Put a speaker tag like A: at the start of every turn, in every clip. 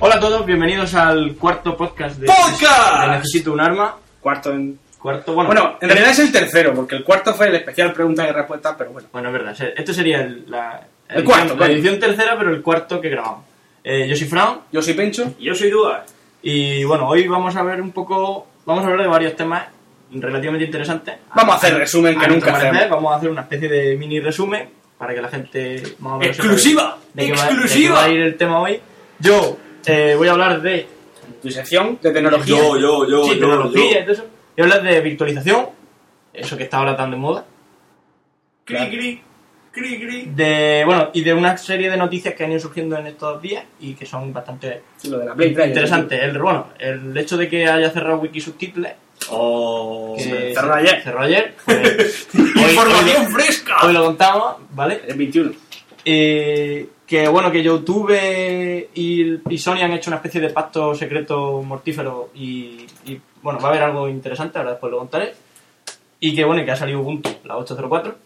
A: Hola a todos, bienvenidos al cuarto podcast de,
B: ¡Podcast!
A: de Necesito un arma.
B: Cuarto en...
A: Cuarto, bueno,
B: Bueno, en realidad es el tercero, porque el cuarto fue el especial preguntas y respuestas, pero bueno.
A: bueno, es verdad. se- Esto sería el, la,
B: El cuarto,
A: la
B: coño.
A: edición tercera, pero el cuarto que grabamos. Eh, yo soy Fran
B: Yo soy Pencho.
C: Yo soy Duas.
A: y bueno, hoy vamos a ver un poco, vamos a hablar de varios temas relativamente interesantes.
B: Vamos a hacer resumen que
A: A nuestro
B: nunca
A: parecer,
B: hacemos.
A: Vamos a hacer una especie de mini resumen para que la gente más o menos sepa
C: ¡Exclusiva!
A: de qué va- de qué
C: ¡Exclusiva!
A: va a ir el tema hoy. Yo eh, voy a hablar de
B: Tu sección de tecnología.
C: Yo, yo, yo,
A: sí,
C: yo,
A: tecnología y
C: yo.
A: todo eso. Voy a hablar de virtualización, eso que está ahora tan de moda.
C: Cri, cri, cri, cri.
A: de bueno y de una serie de noticias que han ido surgiendo en estos días y que son bastante
B: Sí, lo de la Blade Runner.
A: interesantes el bueno el hecho de que haya cerrado Wiki Subtitle
C: Oh,
A: que
B: cerró ayer.
A: cerró ayer pues,
C: ¡Información
A: hoy,
C: fresca!
A: hoy lo contamos vale
B: El 21.
A: Eh, que bueno que YouTube y, y Sony han hecho una especie de pacto secreto mortífero y, y, bueno va a haber algo interesante ahora después lo contaré y que bueno y que ha salido Ubuntu la 804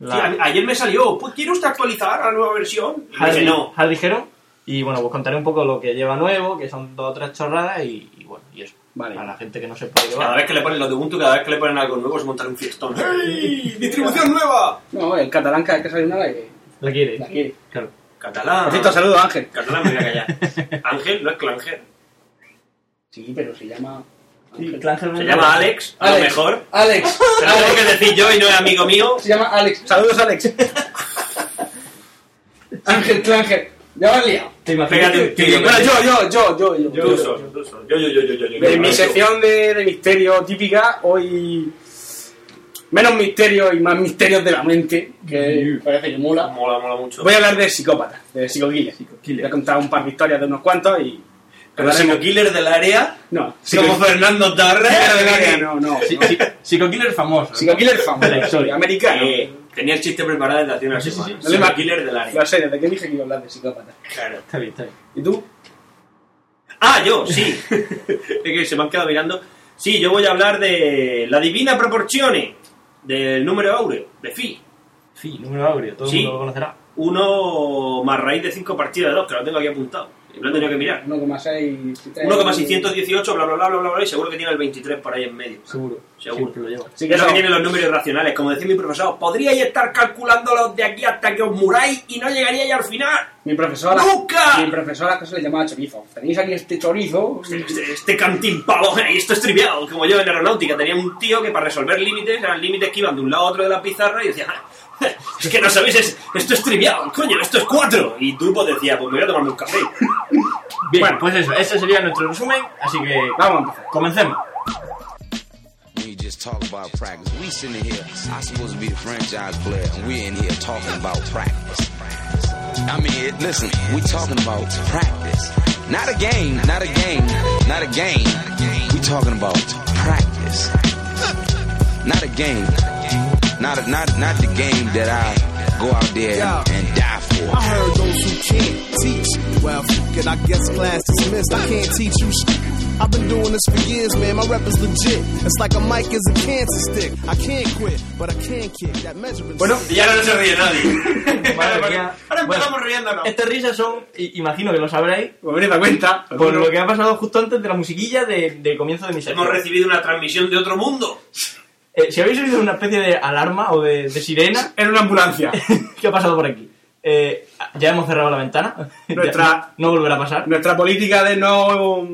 A: la-
C: Sí, a- ayer me salió, pues quiere usted actualizar a la nueva versión. Y
A: Hard,
C: dije, no.
A: hard ligero. Y bueno, pues contaré un poco lo que lleva nuevo, que son dos o tres chorradas y, y bueno, y eso.
B: Vale.
A: Para la gente que no sepa de qué
C: Cada
A: va.
C: vez que le ponen lo de Ubuntu, cada vez que le ponen algo nuevo, es montar un fiestón. ¡Hey! ¡Distribución nueva!
B: No, el catalán cada vez que sale una la que
A: La quiere.
B: la quiere.
A: Claro.
C: Catalán.
B: Por cierto, saludos Ángel.
C: Catalán me voy a callar. Ángel, no es Clangel.
B: Sí, pero se llama... Ángel.
C: Se llama Alex, a lo
B: Alex.
C: mejor.
B: Alex.
C: Se lo tengo que decir yo y no es amigo mío.
B: Se llama Alex. Saludos Alex. Ángel Clángel. Ya me has liado.
A: Te imaginas
C: Pégate un
A: que-
C: tiro.
B: Bueno, yo, yo, yo, yo, yo.
C: Yo, yo, yo, yo, yo, yo, yo, yo, yo.
B: En mi
C: Yo.
B: sección de, de misterio típica, hoy menos misterio y más misterios de la mente, que
C: Mm.
B: parece que mola.
C: Mola, mola mucho.
B: Voy a hablar de psicópatas, de psicoquiles.
A: Psicoquiles.
B: Voy a contar un par de historias de unos cuantos y...
C: Pero si no killer del área,
B: No,
C: como
B: psico-
C: Fernando Tarra.
B: psicoquiles no, no.
A: Sí, sí, Psicokiller famoso. ¿eh?
B: Psicoquiles famoso,
A: De la historia.
B: americano.
C: Eh, tenía el chiste preparado desde hace una semana.
B: sí.
C: Soy el killer del área.
B: Lo sé, desde que dije que iba a hablar de psicópatas.
C: Claro.
A: Está bien, está bien.
B: ¿Y tú?
C: Ah, yo, sí. es que se me han quedado mirando. Sí, yo voy a hablar de la divina proporzione del número áureo, de phi.
A: Sí, número áureo, todo
C: Sí.
A: el mundo lo conocerá.
C: Uno más raíz de 5 partidas de 2, que lo tengo aquí apuntado. Lo he tenido que mirar.
B: 1,6...
C: 1,618, bla, bla, bla, bla, bla, bla, y seguro que tiene el 23 por ahí en medio.
A: Seguro.
C: Seguro.
A: Siempre lo lleva.
B: Sí,
C: Eso
B: claro.
C: que tienen los números irracionales. Como decía mi profesor, podríais estar calculándolos de aquí hasta que os muráis y no llegaríais al final.
B: Mi profesora...
C: ¡Nunca!
B: Mi profesora que se le llamaba chorizo. Tenéis aquí este chorizo...
C: Este, este cantín palo, y esto es trivial. Como yo en aeronáutica tenía un tío que para resolver límites eran límites que iban de un lado a otro de la pizarra y decía, "Ah, es que no sabéis, es- esto es trivial, coño, esto es cuatro. Y tú pues, decía, pues me voy a tomarme un café.
A: Bien,
B: Bueno.
A: pues eso, ese sería nuestro resumen, así que
B: Vamos a empezar.
A: comencemos.
D: We just talk about practice. We sitting here, I supposed to be the franchise player, and we in here talking about practice. I mean, it, listen, we talking about practice. Not a game, not a game, not a game. We talking about practice. Not a game. Not a, not not the game that I go out there and, and die for.
E: I heard those who can't teach. Well, fuck it, I guess class dismissed. I can't teach you shit. I've been doing this for years, man. My rep is legit. It's like a mic is a cancer stick. I can't quit, but I can kick. That measuring
B: Bueno,
C: Y ahora no se ríe nadie.
A: Madre mía. Bueno,
C: riéndonos.
A: Estas risas son, i- imagino que lo sabréis,
B: Pues venid a cuenta.
A: por lo que ha pasado justo antes de la musiquilla de- del comienzo de mi serie.
C: Hemos recibido una transmisión de otro mundo.
A: Eh, si habéis oído una especie de alarma o de, de sirena,
B: En una ambulancia.
A: ¿qué ha pasado por aquí? Eh, ya hemos cerrado la ventana. Ya
B: Nuestra-
A: no, no volverá a pasar.
B: Nuestra política de no,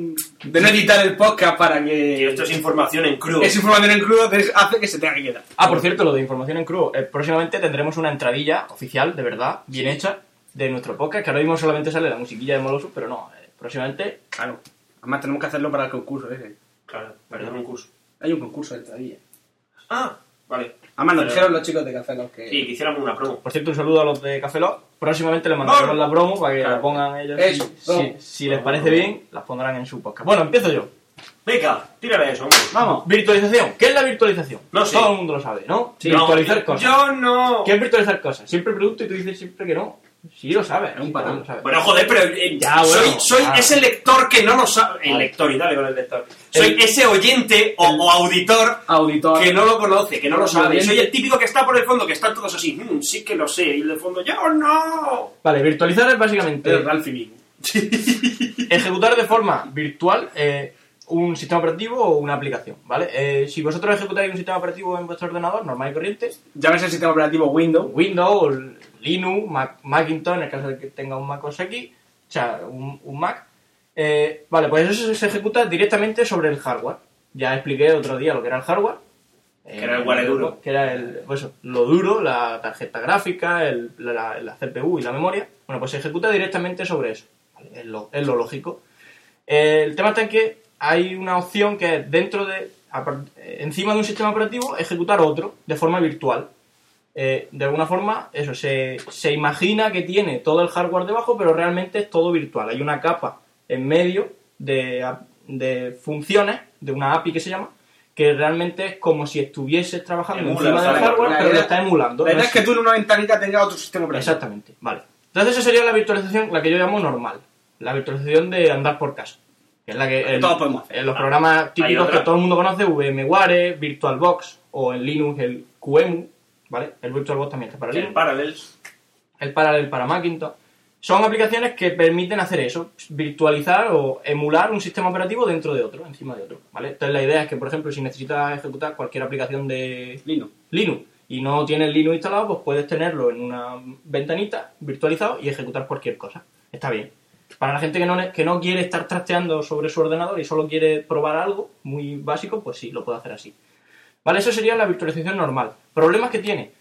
B: de no editar el podcast para
C: Y
B: que
C: esto es información en crudo.
B: esa información en crudo des- hace que se tenga que quedar.
A: Ah, por cierto, lo de información en crudo. Eh, próximamente tendremos una entradilla oficial, de verdad, bien hecha, de nuestro podcast, que ahora mismo solamente sale la musiquilla de Molosus, pero no. eh, próximamente,
B: Claro. Además tenemos que hacerlo para el concurso ese.
C: Claro, perdón, un curso.
B: Hay un concurso de entradilla.
C: Ah, vale.
B: Además nos
C: Pero-
B: dijeron los chicos de Café los que...
C: Sí, que hiciéramos una promo.
A: por cierto, un saludo a los de Café Lock. Próximamente les mandaremos
C: Vamos.
A: la promo para que la
C: Claro.
A: pongan ellos.
B: Eso,
A: si, si-
B: vamos.
A: si les parece bien, las pondrán en su podcast. Bueno, empiezo yo.
C: Venga, tírale eso, hombre.
B: Vamos.
A: Virtualización. ¿Qué es la virtualización?
C: No sé.
A: Todo el mundo lo sabe, ¿no?
C: No,
A: virtualizar
C: yo-
A: cosas.
C: Yo no.
A: ¿Qué es virtualizar cosas? Siempre pregunto y tú dices siempre que no. Sí, lo sabes.
B: Es un
A: sí,
B: patán.
A: lo sabes.
C: Bueno, joder, pero eh,
A: Ya, bueno,
C: soy, soy
A: ya.
C: ese lector que no lo sabe. El lector, y dale con el lector. Soy
A: El-
C: ese oyente o, o auditor
B: Auditor.
C: que no lo conoce, que no lo sabe.
B: Oyente.
C: Soy el típico que está por el fondo, que están todos así. "Mm, sí que lo sé. Y el de fondo, yo no.
A: Vale, virtualizar es básicamente
B: El Ralph y Big.
A: Ejecutar de forma virtual eh, un sistema operativo o una aplicación, ¿vale? Eh, si vosotros ejecutáis un sistema operativo en vuestro ordenador normal y corriente,
B: Llámese el sistema operativo Windows.
A: Windows, Linux, Mac- Macintosh, en el caso de que tenga un Mac OS X, o sea, un, un Mac. Eh, vale, pues eso se- se ejecuta directamente sobre el hardware. Ya expliqué otro día lo que era el hardware. Eh,
C: era el guare duro.
A: Que era el, pues eso, lo duro, la tarjeta gráfica, el- la, la- la CPU y la memoria. Bueno, pues se ejecuta directamente sobre eso. ¿vale? Es, lo, es lo lógico. Eh, el tema está en que hay una opción que es dentro de, apar- eh, encima de un sistema operativo, ejecutar otro de forma virtual. Eh, de alguna forma, eso, se, se imagina que tiene todo el hardware debajo, pero realmente es todo virtual. Hay una capa en medio de, a- de funciones, de una API que se llama, que realmente es como si estuvieses trabajando
C: Emula
A: encima
C: el
A: del
C: hardware.
A: hardware,
B: La
A: pero lo
B: idea-
A: está emulando.
B: La
A: No
B: idea
A: es-
B: es que tú en una ventanica tengas otro sistema operativo.
A: Exactamente, vale. Entonces esa sería la virtualización, la que yo llamo normal. La virtualización de andar por casa. Que es la que...
B: Que
A: el-
B: todos podemos hacer.
A: en los programas típicos que
C: otra.
A: todo el mundo conoce, VMware, VirtualBox o en Linux el QEMU, ¿vale? El VirtualBox también está para
C: El
A: Linux
C: Parallels.
A: el Parallel para Macintosh. Son aplicaciones que permiten hacer eso, virtualizar o emular un sistema operativo dentro de otro, encima de otro, ¿vale? Entonces la idea es que, por ejemplo, si necesitas ejecutar cualquier aplicación de
B: Linux.
A: Linux y no tienes Linux instalado, pues puedes tenerlo en una ventanita virtualizado y ejecutar cualquier cosa. Está bien. Para la gente que no, ne- que no quiere estar trasteando sobre su ordenador y solo quiere probar algo muy básico, pues sí, lo puede hacer así. ¿Vale? Eso sería la virtualización normal. ¿Problemas que tiene?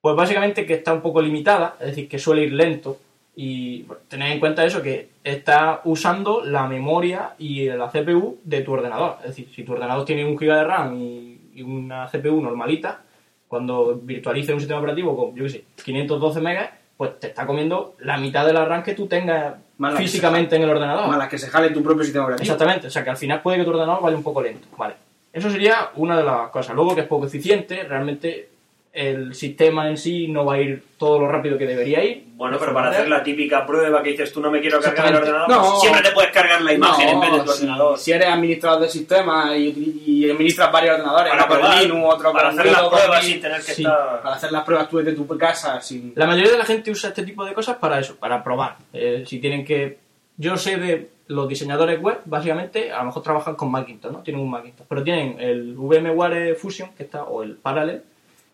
A: Pues básicamente que está un poco limitada, es decir, que suele ir lento. Y bueno, tened en cuenta eso, que está usando la memoria y la CPU de tu ordenador. Es decir, si tu ordenador tiene un giga de RAM y, y una CPU normalita, cuando virtualice un sistema operativo con, yo qué sé, 512 megas, pues te está comiendo la mitad de la RAM que tú tengas
B: Más la que
A: físicamente en el ordenador.
B: Más las que se jale tu propio sistema operativo.
A: Exactamente, o sea que al final puede que tu ordenador vaya un poco lento. Vale, eso sería una de las cosas. Luego que es poco eficiente, realmente el sistema en sí no va a ir todo lo rápido que debería ir.
C: Bueno, pero para hacer la típica prueba que dices tú no me quiero cargar el
A: Exactamente.
C: ordenador,
B: No.
C: pues siempre te puedes cargar la imagen en vez de tu
B: si,
C: ordenador.
B: si eres administrador de sistemas y, y administras varios ordenadores,
C: Para
B: uno con
C: probar,
B: Linux, otro
C: para
B: con
C: hacer las
B: otro Ah, con
C: pruebas
B: Linux,
C: sin tener que
A: sí.
C: estar...
B: para hacer las pruebas tú desde tu casa sin
A: La mayoría de la gente usa este tipo de cosas para eso, para probar. Eh, si tienen que... Yo sé de los diseñadores web, básicamente, a lo mejor trabajan con Macintosh, ¿no? Tienen un Macintosh, pero tienen el VMware Fusion, que está, o el Parallel,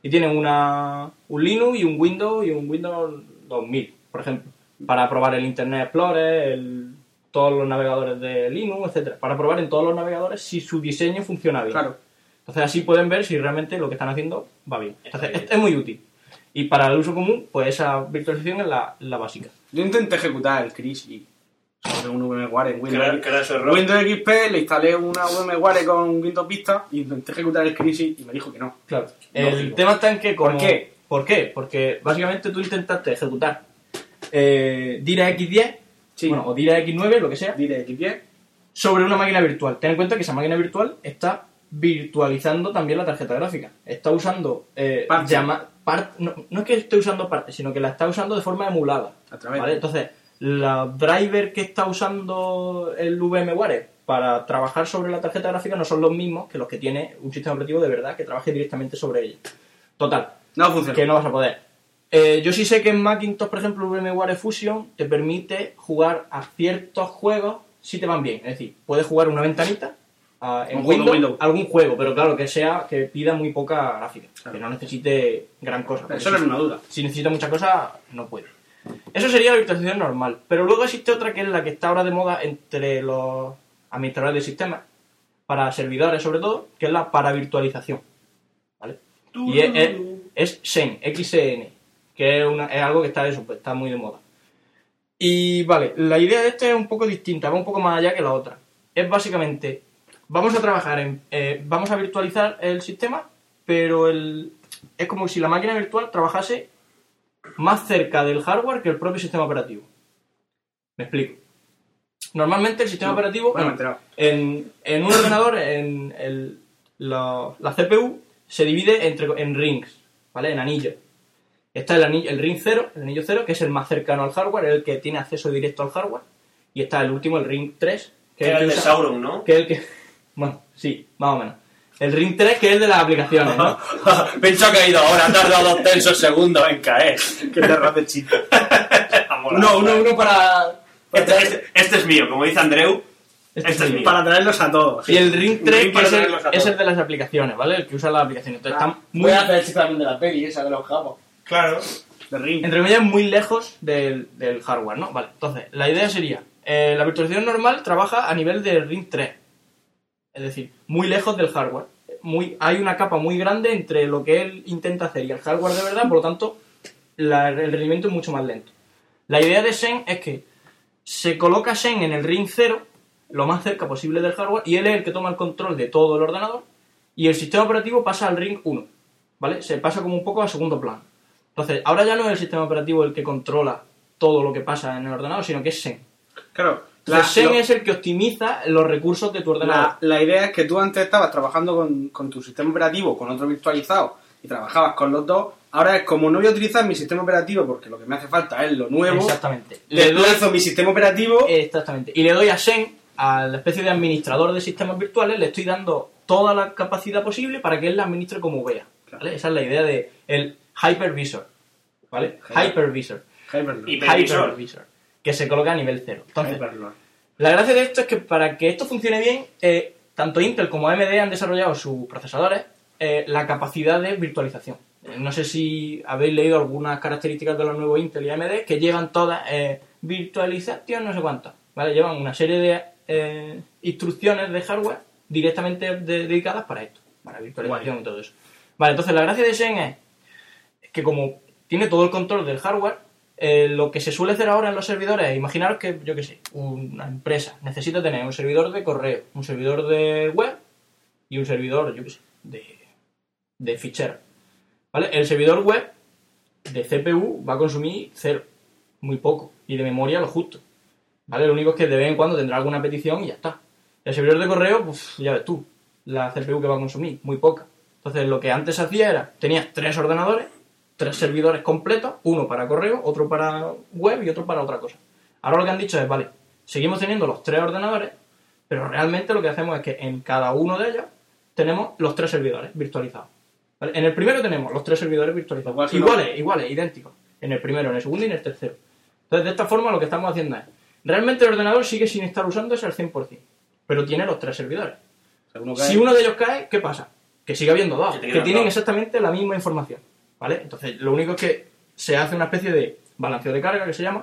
A: y tienen una, un Linux y un Windows y un Windows 2000, por ejemplo, para probar el Internet Explorer, el- todos los navegadores de Linux, etcétera, para probar en todos los navegadores si su diseño funciona bien.
B: Claro.
A: Entonces así pueden ver si realmente lo que están haciendo va bien. Entonces es, es muy útil. Y para el uso común, pues esa virtualización es la, la básica.
B: Yo intenté ejecutar el Chris y sobre un VMware en Windows.
C: Crear- crear su error.
B: Windows XP le instalé una VMware con Windows Vista y intenté ejecutar el Chris y me dijo que no.
A: Claro.
B: Lógico.
A: El tema está en que como-
B: ¿Por qué?
A: ¿Por qué? Porque básicamente tú intentaste ejecutar eh, DirectX 10
B: Sí.
A: bueno, o DirectX 9, lo que sea,
B: DirectX 10.
A: sobre una máquina virtual. Ten en cuenta que esa máquina virtual está virtualizando también la tarjeta gráfica. Está usando eh,
B: Parche.
A: llama- par- no, no es que esté usando parte, sino que la está usando de forma emulada.
B: A través.
A: ¿vale? Entonces, la driver que está usando el VMware para trabajar sobre la tarjeta gráfica no son los mismos que los que tiene un sistema operativo de verdad que trabaje directamente sobre ella. Total,
B: No funciona.
A: que no vas a poder. Eh, yo sí sé que en Macintosh, por ejemplo, VMware Fusion te permite jugar a ciertos juegos si te van bien. Es decir, puedes jugar una ventanita a- en
B: Un juego
A: Windows,
B: Windows.
A: algún juego, pero claro, que sea que pida muy poca gráfica,
B: Claro.
A: que no necesite gran cosa. porque
B: Eso no es
A: si-
B: una duda.
A: si necesita mucha cosa, no puede. Eso sería la virtualización normal. Pero luego existe otra que es la que está ahora de moda entre los administradores de sistemas, para servidores sobre todo, que es la paravirtualización. ¿Vale? Y eh, es, es, es Xen, XN, que es, una- es algo que está eso, pues está muy de moda. Y vale, la idea de este es un poco distinta, va un poco más allá que la otra. Es básicamente, vamos a trabajar en, eh, vamos a virtualizar el sistema, pero el, es como si la máquina virtual trabajase más cerca del hardware que el propio sistema operativo. Me explico. Normalmente el sistema
B: No,
A: operativo...
B: no me he enterado.
A: En, en un ordenador, en el- la, la CPU se divide entre, en rings, ¿vale? En anillos. Está el, anillo, el ring 0, el anillo 0, que es el más cercano al hardware, el que tiene acceso directo al hardware. Y está el último, el ring 3, que
C: Que
A: es
C: era el
A: el
C: de
A: que, usa-
C: Sauron, ¿no?
A: que es el que... Bueno, sí, más o menos. El ring 3, que es el de las aplicaciones, ¿no?
C: Pensó que ha ido ahora, ha tardado dos eh. tensos segundos en caer.
B: Que te rape chiste.
C: Ha molado.
B: Uno, uno, uno para
C: Este, este- este es mío, como dice Andreu. Este, es mío.
B: Para traerlos a todos.
A: Y el Ring
C: Un
A: 3
C: ring
A: que
C: para
A: es, el,
C: tenerlos a
A: es el
C: todos.
A: de las aplicaciones, ¿vale? El que usa las aplicaciones. Entonces
B: Ah,
A: está muy,
B: el también de la peli esa de los japos.
C: Claro.
B: De Ring.
A: entre comillas, muy lejos del, del hardware, ¿no? Vale, entonces, la idea sería, eh, la virtualización normal trabaja a nivel de Ring 3, es decir, muy lejos del hardware. Muy, hay una capa muy grande entre lo que él intenta hacer y el hardware de verdad, por lo tanto, la- el rendimiento es mucho más lento. La idea de Sen es que se coloca Sen en el Ring 0, lo más cerca posible del hardware, y él es el que toma el control de todo el ordenador, y el sistema operativo pasa al Ring 1, ¿vale? Se pasa como un poco a segundo plano. Entonces, ahora ya no es el sistema operativo el que controla todo lo que pasa en el ordenador, sino que es Sen.
B: Claro.
A: Entonces, Sen
B: lo-
A: es el que optimiza los recursos de tu ordenador.
B: La, la idea es que tú antes estabas trabajando con, con tu sistema operativo, con otro virtualizado, y trabajabas con los dos. Ahora es como no voy a utilizar mi sistema operativo porque lo que me hace falta es lo nuevo.
A: Exactamente. Le doy, Eh,
B: Desplazo mi sistema operativo.
A: exactamente. Y le doy a Sen, a la especie de administrador de sistemas virtuales, le estoy dando toda la capacidad posible para que él la administre como vea. ¿vale? Esa es la idea de el hypervisor. ¿Vale?
B: Genial.
A: Hypervisor.
B: Hyperlord.
C: Y- Hipervisor.
A: Que se coloca a nivel cero. Entonces,
B: Hyperlord.
A: La gracia de esto es que para que esto funcione bien, eh, tanto Intel como AMD han desarrollado sus procesadores eh, la capacidad de virtualización. Eh, no sé si habéis leído algunas características de los nuevos Intel y AMD que llevan todas eh, virtualización, no sé cuántas. ¿vale? Llevan una serie de eh, instrucciones de hardware directamente de- dedicadas para esto, para virtualización y todo eso. Vale, entonces la gracia de Xen es que como tiene todo el control del hardware, eh, lo que se suele hacer ahora en los servidores, imaginaros que, yo qué sé, una empresa necesita tener un servidor de correo, un servidor de web y un servidor, yo qué sé, de, de fichero. ¿Vale? El servidor web de CPU va a consumir cero, muy poco, y de memoria lo justo. ¿Vale? Lo único es que de vez en cuando tendrá alguna petición y ya está. El servidor de correo, pues ya ves tú, la CPU que va a consumir, muy poca. Entonces lo que antes hacía era, tenías tres ordenadores, tres servidores completos, uno para correo, otro para web y otro para otra cosa. Ahora lo que han dicho es, vale, seguimos teniendo los tres ordenadores, pero realmente lo que hacemos es que en cada uno de ellos tenemos los tres servidores virtualizados. ¿Vale? En el primero tenemos los tres servidores
B: Lo cual
A: virtualizados.
B: es una-
A: Iguales, iguales, idénticos. En el primero, en el segundo y en el tercero. Entonces, de esta forma lo que estamos haciendo es, realmente el ordenador sigue sin estar usándose al 100%, pero tiene los tres servidores.
B: O sea, uno cae-
A: Si uno de ellos cae, ¿qué pasa? Que sigue habiendo dos,
C: Que te
A: que
C: quedan
A: tienen
C: dos.
A: exactamente la misma información. ¿Vale? Entonces, lo único es que se hace una especie de balanceo de carga que se llama,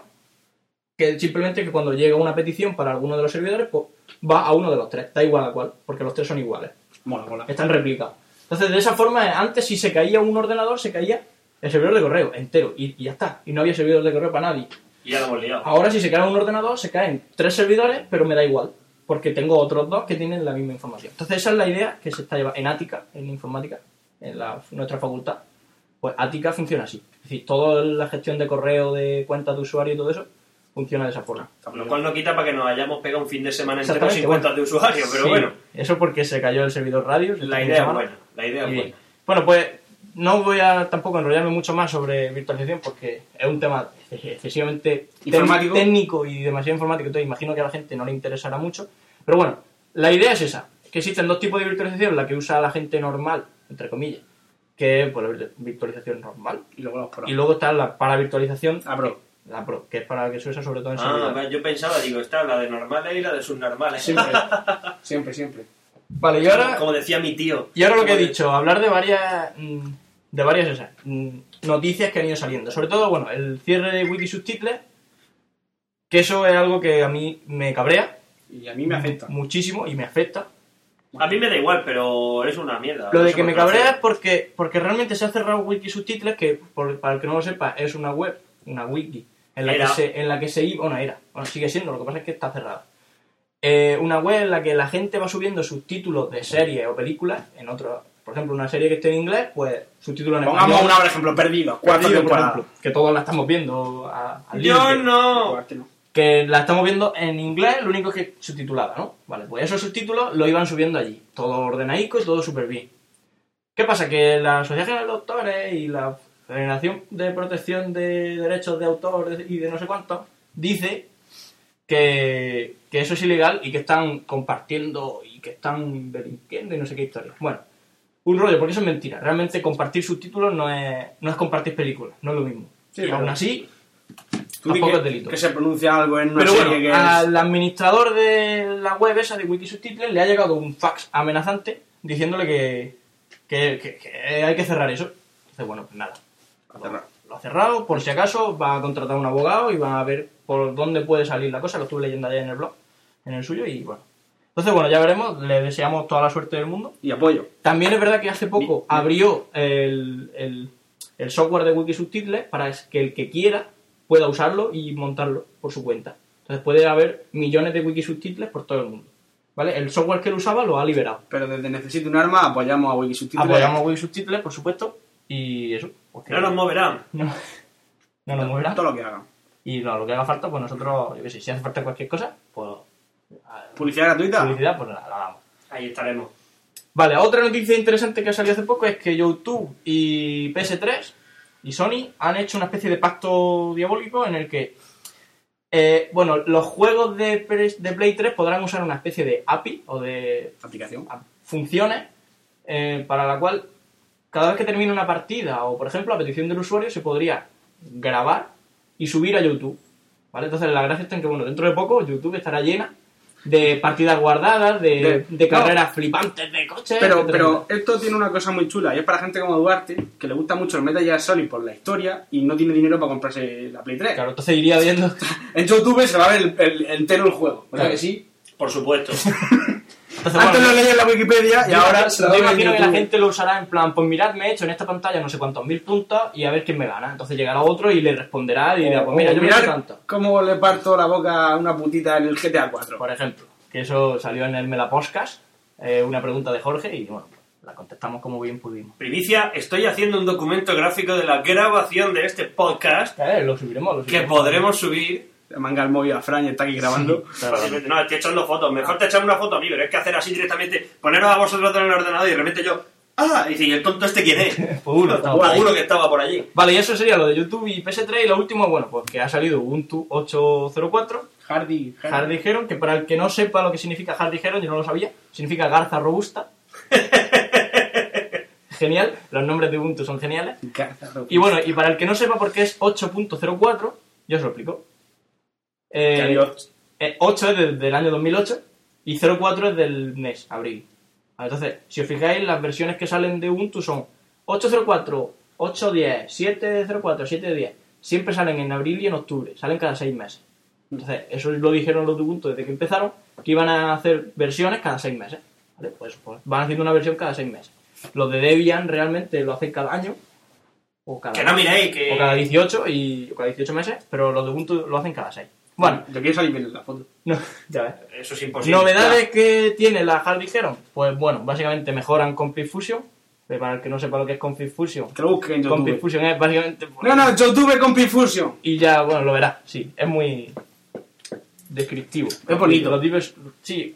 A: que simplemente que cuando llega una petición para alguno de los servidores, pues va a uno de los tres, da igual a cuál, porque los tres son iguales,
B: Mola, mola.
A: están replicados. Entonces, de esa forma, antes si se caía un ordenador, se caía el servidor de correo entero, y, y ya está, y no había servidor de correo para nadie.
C: Y ya lo hemos liado.
A: Ahora si se cae un ordenador, se caen tres servidores, pero me da igual, porque tengo otros dos que tienen la misma información. Entonces esa es la idea que se está llevando en Ática, en informática, en la- nuestra facultad. Pues Ática funciona así. Es decir, toda la gestión de correo, de cuentas de usuario y todo eso, funciona de esa forma.
C: Oh. Lo cual no quita para que nos hayamos pegado un fin de semana entero
A: Exactamente,
C: sin cuentas
A: bueno.
C: de usuario, pero
A: Sí,
C: bueno,
A: Eso porque se cayó el servidor radio. se
C: la
A: cayó
C: idea es
A: el
C: buena. La idea es
A: Y,
C: buena.
A: Bueno, pues no voy a tampoco enrollarme mucho más sobre virtualización porque es un tema excesivamente tec-
B: Informático.
A: técnico y demasiado informático, entonces imagino que a la gente no le interesará mucho. Pero bueno, la idea es esa, que existen dos tipos de virtualización, la que usa la gente normal, entre comillas, que es pues, la virtu- virtualización normal,
B: Y luego los pro.
A: y luego está la para virtualización,
B: Ah, bro.
A: la pro, que es para que se usa sobre todo en
C: Ah,
A: servidores.
C: va, yo pensaba, digo, está la de normales y la de subnormales.
B: Siempre. siempre, siempre.
A: Vale, y ahora
C: Como decía mi tío.
A: Y ahora lo que he
C: Como de-
A: dicho, hablar de varias mm, de varias esas mm, noticias que han ido saliendo. Sobre todo, bueno, el cierre de Wiki Subtitles, que eso es algo que a mí me cabrea
B: Y a mí me afecta.
A: muchísimo y me afecta.
C: A mí me da igual, pero es una mierda.
A: Lo
C: No
A: de
C: sé
A: que
C: por
A: me
C: qué lo
A: cabrea es
C: hacen.
A: porque, porque realmente se ha cerrado Wiki Subtitles, que por- para el que no lo sepa, es una web, una wiki, en la, que
C: Era.
A: se, en la que se iba, bueno, era, bueno, sigue siendo, lo que pasa es que está cerrada. Eh, una web en la que la gente va subiendo subtítulos de series o películas, en otro, por ejemplo, una serie que esté en inglés, pues subtítulos en
B: Pongamos
A: español.
B: una, por ejemplo, perdido. Cuatro
A: Perdido, por
B: temporadas.
A: ejemplo, que todos la estamos viendo a- al
C: Yo
A: límite.
C: no.
B: Cuatro, no.
A: Que la estamos viendo en inglés, lo único es que subtitulada, ¿no? Vale, pues esos subtítulos lo iban subiendo allí. Todo ordenadico y todo súper bien. ¿Qué pasa? Que la Asociación General de Autores y la Federación de Protección de Derechos de Autor y de no sé cuánto dice que, que eso es ilegal y que están compartiendo y que están delinquiendo y no sé qué historia. Bueno, un rollo, porque eso es mentira. Realmente compartir subtítulos no es, no es compartir películas, no es lo mismo.
B: Sí,
A: y aún
B: claro.
A: así,
B: Tú di
A: Tampoco
B: que,
A: es delito.
B: que se pronuncia algo en una
A: Pero
B: serie
A: bueno,
B: que es...
A: al administrador de la web esa de Wikisubtitles le ha llegado un fax amenazante diciéndole que, que, que- que hay que cerrar eso. Entonces, bueno, pues nada.
B: A cerrar.
A: Lo ha cerrado, por si acaso, va a contratar un abogado y va a ver por dónde puede salir la cosa. Lo estuve leyendo ayer en el blog, en el suyo, y bueno. Entonces, bueno, ya veremos. Le deseamos toda la suerte del mundo.
B: Y apoyo.
A: También es verdad que hace poco abrió el, el- el software de Wikisubtitles para que el que quiera pueda usarlo y montarlo por su cuenta. Entonces puede haber millones de Wikisubtitles por todo el mundo. ¿Vale? El software que él usaba lo ha liberado.
B: Pero desde Necesito un Arma apoyamos a Wikisubtitles.
A: Apoyamos Wikisubtitles, por supuesto, y eso. pues que-
C: No nos moverán.
A: no, no nos moverá.
B: Todo lo que hagan.
A: Y lo, lo que haga falta, pues nosotros, yo qué sé, si hace falta cualquier cosa, pues a-
B: Publicidad gratuita.
A: publicidad, pues la, la damos.
C: Ahí estaremos.
A: Vale, otra noticia interesante que ha salido hace poco es que YouTube y PS3 y Sony han hecho una especie de pacto diabólico en el que, eh, bueno, los juegos de, Pre- de Play 3 podrán usar una especie de API o de
B: Aplicación.
A: a- funciones eh, para la cual cada vez que termine una partida o, por ejemplo, a petición del usuario se podría grabar y subir a YouTube. ¿Vale? Entonces la gracia está en que, bueno, dentro de poco YouTube estará llena de partidas guardadas, de,
B: De-
A: de
B: no.
A: carreras flipantes de coches.
B: Pero,
A: etcétera,
B: pero
A: etcétera.
B: esto tiene una cosa muy chula y es para gente como Duarte que le gusta mucho el Metal Gear Solid por la historia y no tiene dinero para comprarse la Play 3.
A: Claro, entonces iría viendo...
B: En YouTube se va a ver el, el- entero el juego. ¿Verdad
A: Claro.
B: que sí?
C: Por supuesto.
A: Entonces,
B: Antes
A: bueno,
B: lo leía en la Wikipedia y
A: yo
B: ahora
A: imagino-
B: se lo
A: Yo
B: veo en
A: imagino que la
B: YouTube.
A: gente lo usará en plan, pues mirad, me he hecho en esta pantalla no sé cuántos mil puntos y a ver quién me gana. Entonces llegará otro y le responderá y dirá, pues mira,
B: O
A: yo me he
B: mirar
A: hecho tanto.
B: cómo le parto la boca a una putita en el GTA 4.
A: por ejemplo. Que eso salió en el Melapodcast, eh, una pregunta de Jorge, y bueno, la contestamos como bien pudimos.
C: Primicia, estoy haciendo un documento gráfico de la grabación de este podcast
A: Eh, lo subiremos, lo
C: que
A: subiremos.
C: podremos subir.
B: Le manga el móvil a Fran y está aquí grabando.
A: Claro.
C: Fácilmente. No, estoy echando fotos. Mejor te echar una foto a mí, pero es que hacer así directamente, poneros a vosotros en el ordenador y de repente yo, ¡ah! Y dice, ¿y el tonto este quién es?
A: Pues uno, estaba por ahí.
C: Seguro que estaba por allí.
A: Vale, y eso sería lo de YouTube y PS3. Y lo último, bueno, pues que ha salido Ubuntu 8.04.
B: Hardy, Hardy.
A: Hard dijeron, que para el que no sepa lo que significa hard dijeron, yo no lo sabía, significa garza robusta. Genial, los nombres de Ubuntu son geniales.
B: Garza,
A: Y bueno, y para el que no sepa por qué es 8.04, yo se lo explico. Eh,
B: Cayó.
A: eh, 8 es del, del año 2008 y 04 es del mes, abril. Ah, Entonces, si os fijáis, las versiones que salen de Ubuntu son 804, 810, 704, 710. Siempre salen en abril y en octubre, salen cada seis meses. Entonces, eso lo dijeron los de Ubuntu desde que empezaron, que iban a hacer versiones cada seis meses. ¿vale? Pues, pues van haciendo una versión cada seis meses. Los de Debian realmente lo hacen cada año. O cada,
C: Que no miréis, que.
A: o cada 18 y o cada 18 meses, pero los de Ubuntu lo hacen cada seis. Bueno,
B: Yo quiero salir bien en la foto.
A: no, ya ves.
C: Eso es
B: Pues
C: imposible.
A: ¿Novedades que tiene la Hard Dijeron? Pues bueno, básicamente mejoran Config Fusion. que Para el que no sepa lo que es Config Fusion,
B: Que lo busquen en
A: Config
B: YouTube.
A: Fusion es básicamente.
B: eh. No, no, YouTube con Pifusion.
A: Y ya, bueno, lo verás, sí, es muy descriptivo.
B: Es bonito.
A: Los divers- sí,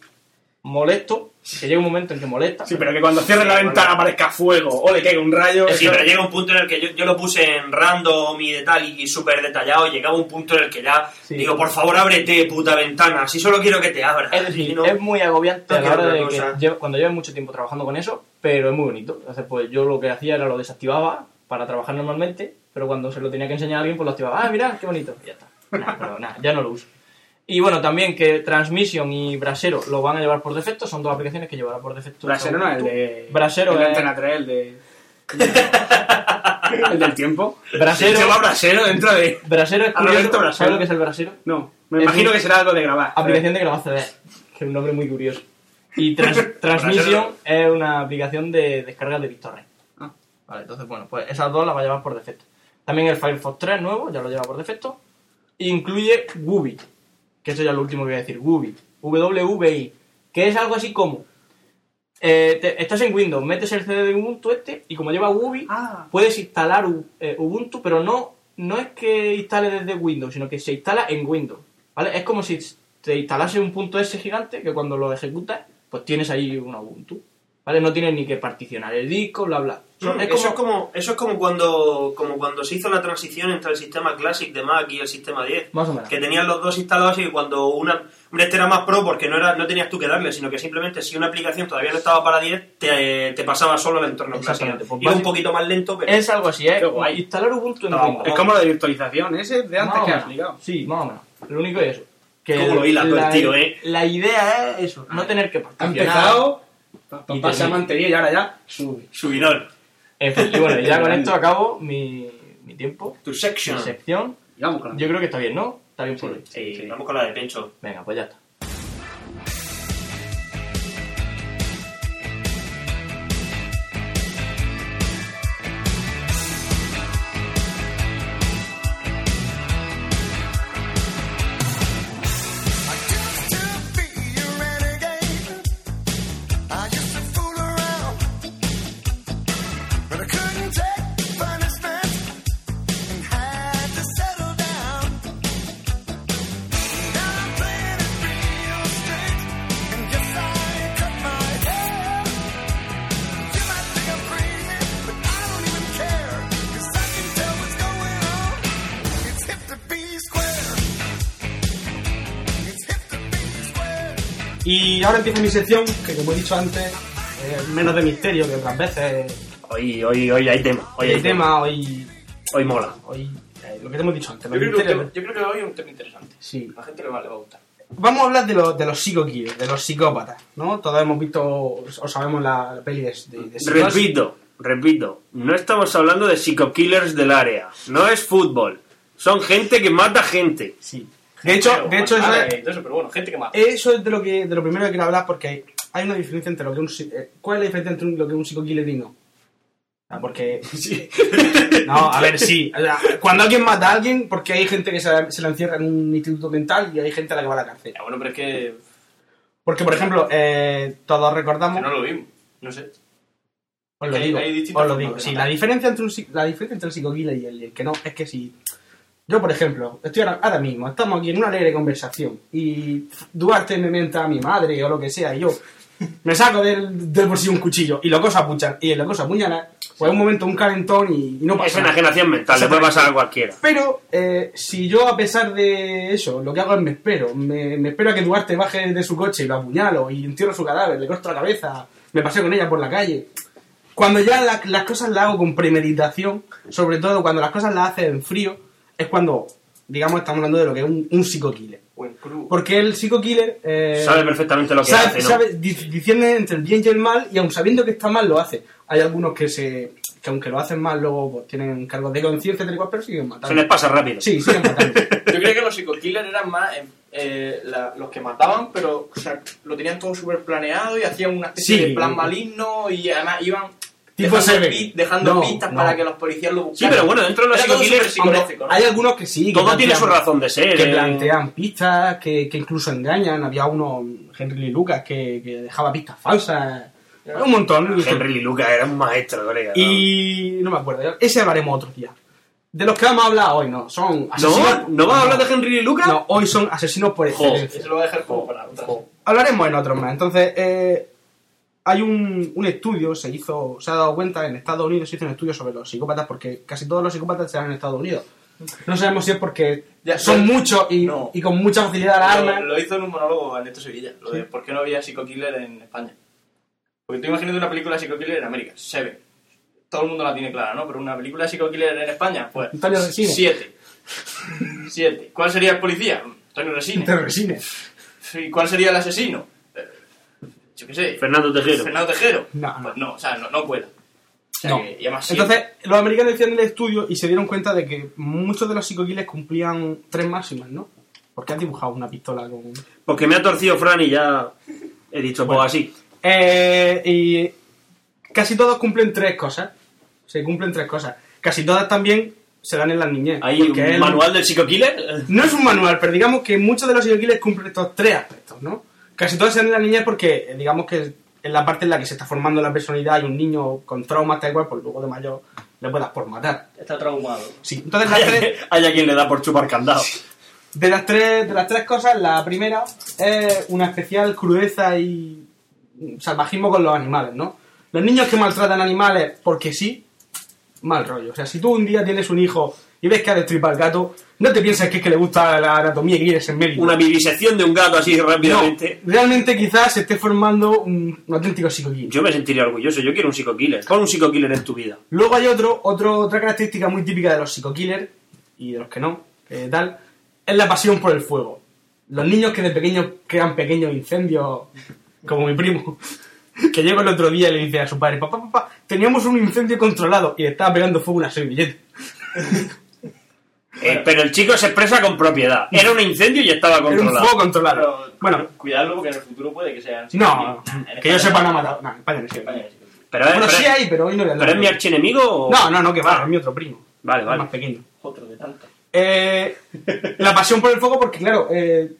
A: molesto, que llega un momento en que molesta.
B: Sí, pero que cuando cierre la ventana aparezca fuego o le caiga un rayo.
C: Sí,
B: eso-
C: pero llega un punto en el que yo, yo lo puse en random y de tal y súper detallado. y Llegaba un punto en el que ya
A: Sí.
C: digo, por favor, ábrete, puta ventana. Si solo quiero que te abras.
A: Es
C: Si
A: decir,
C: no-
A: es muy agobiante a la
C: no quiero
A: hora de
C: otra
A: que
C: cosa.
A: llevo- cuando llevas mucho tiempo trabajando con eso, pero es muy bonito. Entonces, pues yo lo que hacía era lo desactivaba para trabajar normalmente, pero cuando se lo tenía que enseñar a alguien, pues lo activaba. Ah, mira, qué bonito. Y ya está. Nah, pero nada, ya no lo uso. Y bueno, también que Transmission y Brasero lo van a llevar por defecto, son dos aplicaciones que llevará por defecto.
B: Brasero eh. no, el de.
A: Brasero
B: el de
A: es-
B: Antena 3, el de. el del tiempo.
A: Brasero,
B: Se llama Brasero dentro de.
A: Brasero es
B: A Roberto
A: curioso.
B: Brasero.
A: ¿Sabes lo que es el Brasero?
B: No, me
A: Es
B: imagino
A: un-
B: que será algo de grabar.
A: Aplicación de grabar CD, que es un nombre muy curioso. Y trans- Transmission es una aplicación de descarga de BitTorrent.
B: Ah.
A: Vale, entonces, bueno, pues esas dos las va a llevar por defecto. También el Firefox 3 nuevo, ya lo lleva por defecto. Incluye Wubi, que esto ya es lo último que voy a decir, Wubi, WVI, que es algo así como... eh, te- estás en Windows, metes el CD de Ubuntu este y como lleva Wubi,
B: Ah.
A: puedes instalar U- eh, Ubuntu, pero no, no es que instale desde Windows, sino que se instala en Windows. ¿vale? Es como si te instalase un punto .s gigante que cuando lo ejecutas, pues tienes ahí una Ubuntu. ¿vale? No tienes ni que particionar el disco, bla, bla. Son- es como-
C: eso, es como, eso es como cuando, como cuando se hizo la transición entre el sistema Classic de Mac y el sistema 10.
A: Más o menos.
C: Que tenían los dos instalados y que cuando una... Hombre, este era más pro porque no, era, no tenías tú que darle, sino que simplemente si una aplicación todavía no estaba para 10, te, te pasaba solo al entorno Classic.
A: Exactamente, pues
C: Iba un
A: básico-
C: poquito más lento, pero...
A: Es algo así, ¿eh?
B: Qué guay.
A: Instalar Ubuntu en
C: No,
A: Windows.
B: Es como la de virtualización, ese de antes
A: Más o
B: que has
A: menos.
B: ligado.
A: Sí, más o menos. Lo único es eso. Que
C: Cómo lo hila todo el
A: la-
C: tío, ¿eh?
A: La idea es eso, no tener que
B: Ha
A: particionar.
B: empezado,
A: Y
B: pasa a
A: termina.
B: mantener y ahora ya sube.
C: Subidón.
A: En fin, y bueno, ya con esto acabo mi, mi tiempo,
C: Tu
A: mi
C: section.
A: sección.
B: Y vamos con la
A: Yo creo que está bien, ¿no? Está bien por hoy.
C: Sí, Vamos con la de Pencho.
A: Venga, pues ya está.
B: Y ahora empieza mi sección, que como he dicho antes, es menos de misterio que otras veces.
C: Hoy, hoy, hoy hay tema. Hoy
B: Hoy el tema, hoy,
C: Hoy mola.
B: hoy eh, lo que te hemos dicho antes,
A: Yo
B: los
A: creo, que,
B: misterios.
A: yo creo que hoy es un tema interesante.
B: Sí.
A: A la gente le va, le va a gustar.
B: Vamos a hablar de, los de los psicoquiles, de los psicópatas, ¿no? Todos hemos visto o sabemos la, la peli de, de, de psicosis.
C: Repito, repito, no estamos hablando de psicokillers del área. No es fútbol. Son gente que mata gente.
B: Sí. De hecho, de hecho eso es,
A: Entonces, pero bueno, gente que mata.
B: Eso es de lo que de lo primero que quiero hablar porque hay, hay una diferencia entre lo que un psi- eh, ¿cuál es la diferencia entre un- lo que un psico-killer y no? Ah, porque no, a ver, sí. O sea, cuando alguien mata a alguien, porque hay gente que se la, se la encierra en un instituto mental y hay gente a la que va a la cárcel.
A: Ya, bueno, pero es que
B: Porque, por ejemplo, eh, todos
A: que
B: recordamos.
A: no lo vimos. No sé.
B: Os lo
A: Hay-
B: digo.
A: hay distintas
B: os lo
A: formas
B: digo.
A: de
B: Sí,
A: matar.
B: la diferencia entre un, psi- la diferencia entre el psico-killer y el, y el que no es que si yo, por ejemplo, estoy ahora, ahora mismo, estamos aquí en una alegre conversación y Duarte me menta a mi madre o lo que sea y yo me saco del, del bolsillo un cuchillo y lo cosa apuñalan y lo cosa apuñala, pues un momento un calentón y, y no
C: Es
B: pasa nada.
C: enajenación mental, le puede pasar a cualquiera.
B: Pero eh, si yo, a pesar de eso, lo que hago es me espero. Me, me espero a que Duarte baje de su coche y lo apuñalo y entierro su cadáver, le corto la cabeza, me paseo con ella por la calle. Cuando ya la- las cosas las hago con premeditación, sobre todo cuando las cosas las haces en frío, es cuando, digamos, estamos hablando de lo que es un, un psico-killer.
A: O en cru.
B: Porque el psico-killer... eh,
C: Sabe perfectamente lo que
B: sabe-
C: hace, ¿no?
B: sabe- di- discierne entre el bien y el mal y aun sabiendo que está mal lo hace. Hay algunos que se que aunque lo hacen mal luego pues, tienen cargos de conciencia tal y cual, pero siguen matando.
C: Se les pasa rápido.
B: Sí, sí, matando.
A: Yo creía que los psicokillers eran más eh, eh, la- los que mataban, pero o sea, lo tenían todo súper planeado y hacían una especie
B: Sí.
A: de plan maligno y además iban
B: Tipo
A: dejando,
B: Seven.
A: pi- dejando
B: No,
A: pistas
B: no.
A: para que los policías lo
C: Sí,
A: buscaran.
C: pero bueno, dentro de los
A: Era todo
C: psicokillers
A: súper psicológico, ¿no?
B: Hay algunos que sí. que
C: todo tiene
B: plantean-
C: su razón de ser.
B: Que
C: eh.
B: plantean pistas, que, que incluso engañan. Había uno, Henry Lee Lucas, que, que dejaba pistas falsas. Un montón.
C: Henry Lee Lucas era un maestro, colega. ¿no?
B: Y no me acuerdo. Ese hablaremos otro día. De los que vamos a hablar hoy, no. Son asesinos.
C: ¿No? ¿No vas a hablar de Henry Lee Lucas?
B: No, hoy son asesinos por
C: Jo.
B: excelencia.
A: Eso lo voy a dejar como para otra.
B: hablaremos en otros más. Entonces, eh, hay un, un estudio, se hizo, se ha dado cuenta, en Estados Unidos se hizo un estudio sobre los psicópatas, porque casi todos los psicópatas se dan en Estados Unidos. No sabemos si es porque
A: Ya,
B: son
A: ya.
B: muchos y,
A: No.
B: y con mucha facilidad la
A: Lo,
B: arma.
A: lo hizo en un monólogo a Neto Sevilla, lo de por qué no había psicokiller en España. Porque tú imagínate una película de psicokiller en América, Seven. Todo el mundo la tiene clara, ¿no? Pero una película de psicokiller en España, pues.
B: Antonio Resines.
A: Siete. Siete. ¿Cuál sería el policía? Antonio Resines.
B: Te resine.
A: ¿Y cuál sería el asesino? Eh, Yo qué sé.
C: Fernando Tejero.
A: Fernando Tejero.
B: No, no.
A: Pues no, o sea, no, no cuela. O sea,
B: No.
A: que- y además siete.
B: Entonces, los americanos hicieron el estudio y se dieron cuenta de que muchos de los psicoquiles cumplían tres máximas, ¿no? Porque han dibujado una pistola con...
C: Porque me ha torcido Fran y ya he dicho, pues así.
B: Eh, y casi todos cumplen tres cosas. Se cumplen tres cosas. Casi todas también se dan en las niñez.
C: ¿Hay un
B: porque él-
C: manual del psicokiller?
B: No es un manual, pero digamos que muchos de los psicoquiles cumplen estos tres aspectos, ¿no? Casi todas se dan en las niñez porque, eh, digamos que en la parte en la que se está formando la personalidad y un niño con traumas, tal cual, pues luego de mayor le puedas por matar.
A: Está traumado.
B: Sí. Entonces, las
C: Hay,
B: tres,
C: a- hay a quien le da por chupar candado.
B: de las tres, de las tres cosas, la primera es una especial crudeza y salvajismo con los animales, ¿no? Los niños que maltratan animales porque sí, mal rollo. O sea, si tú un día tienes un hijo y ves que ha destripado el gato, no te pienses que es que le gusta la anatomía y quieres en médico.
C: Una vivisección de un gato así rápidamente.
B: No, realmente quizás se esté formando un, un auténtico psicoquímico.
C: Yo me sentiría orgulloso. Yo quiero un psico-killer. Pon un psico-killer en tu vida.
B: Luego hay otro, otro, otra característica muy típica de los psico-killers, y de los que no, eh, tal, es la pasión por el fuego. Los niños que de pequeños crean pequeños incendios, como mi primo, que llegó el otro día y le dice a su padre, papá, papá, teníamos un incendio controlado y le estaba pegando fuego a una servilleta.
C: Eh, pero el chico se expresa con propiedad. Era un incendio y estaba
B: Era un
C: controlado.
B: fuego controlado. bueno,
F: cuidadlo porque en el futuro puede que sean.
B: no,
F: En
B: que yo
F: España-
B: sepa no ha matado. No, en España no
F: en España
B: existe.
F: sí.
C: Pero, es-
B: Bueno,
C: pero
B: sí
C: es-
B: hay, pero hoy no voy a
C: pero
B: hablar
C: es mi
B: de él.
C: archienemigo. o- Ah,
B: No, no, no, que va, es mi otro primo.
C: Vale,
B: Es
C: vale.
B: Más pequeño.
F: Otro de tantos.
B: Eh, la pasión por el fuego, porque claro, eh,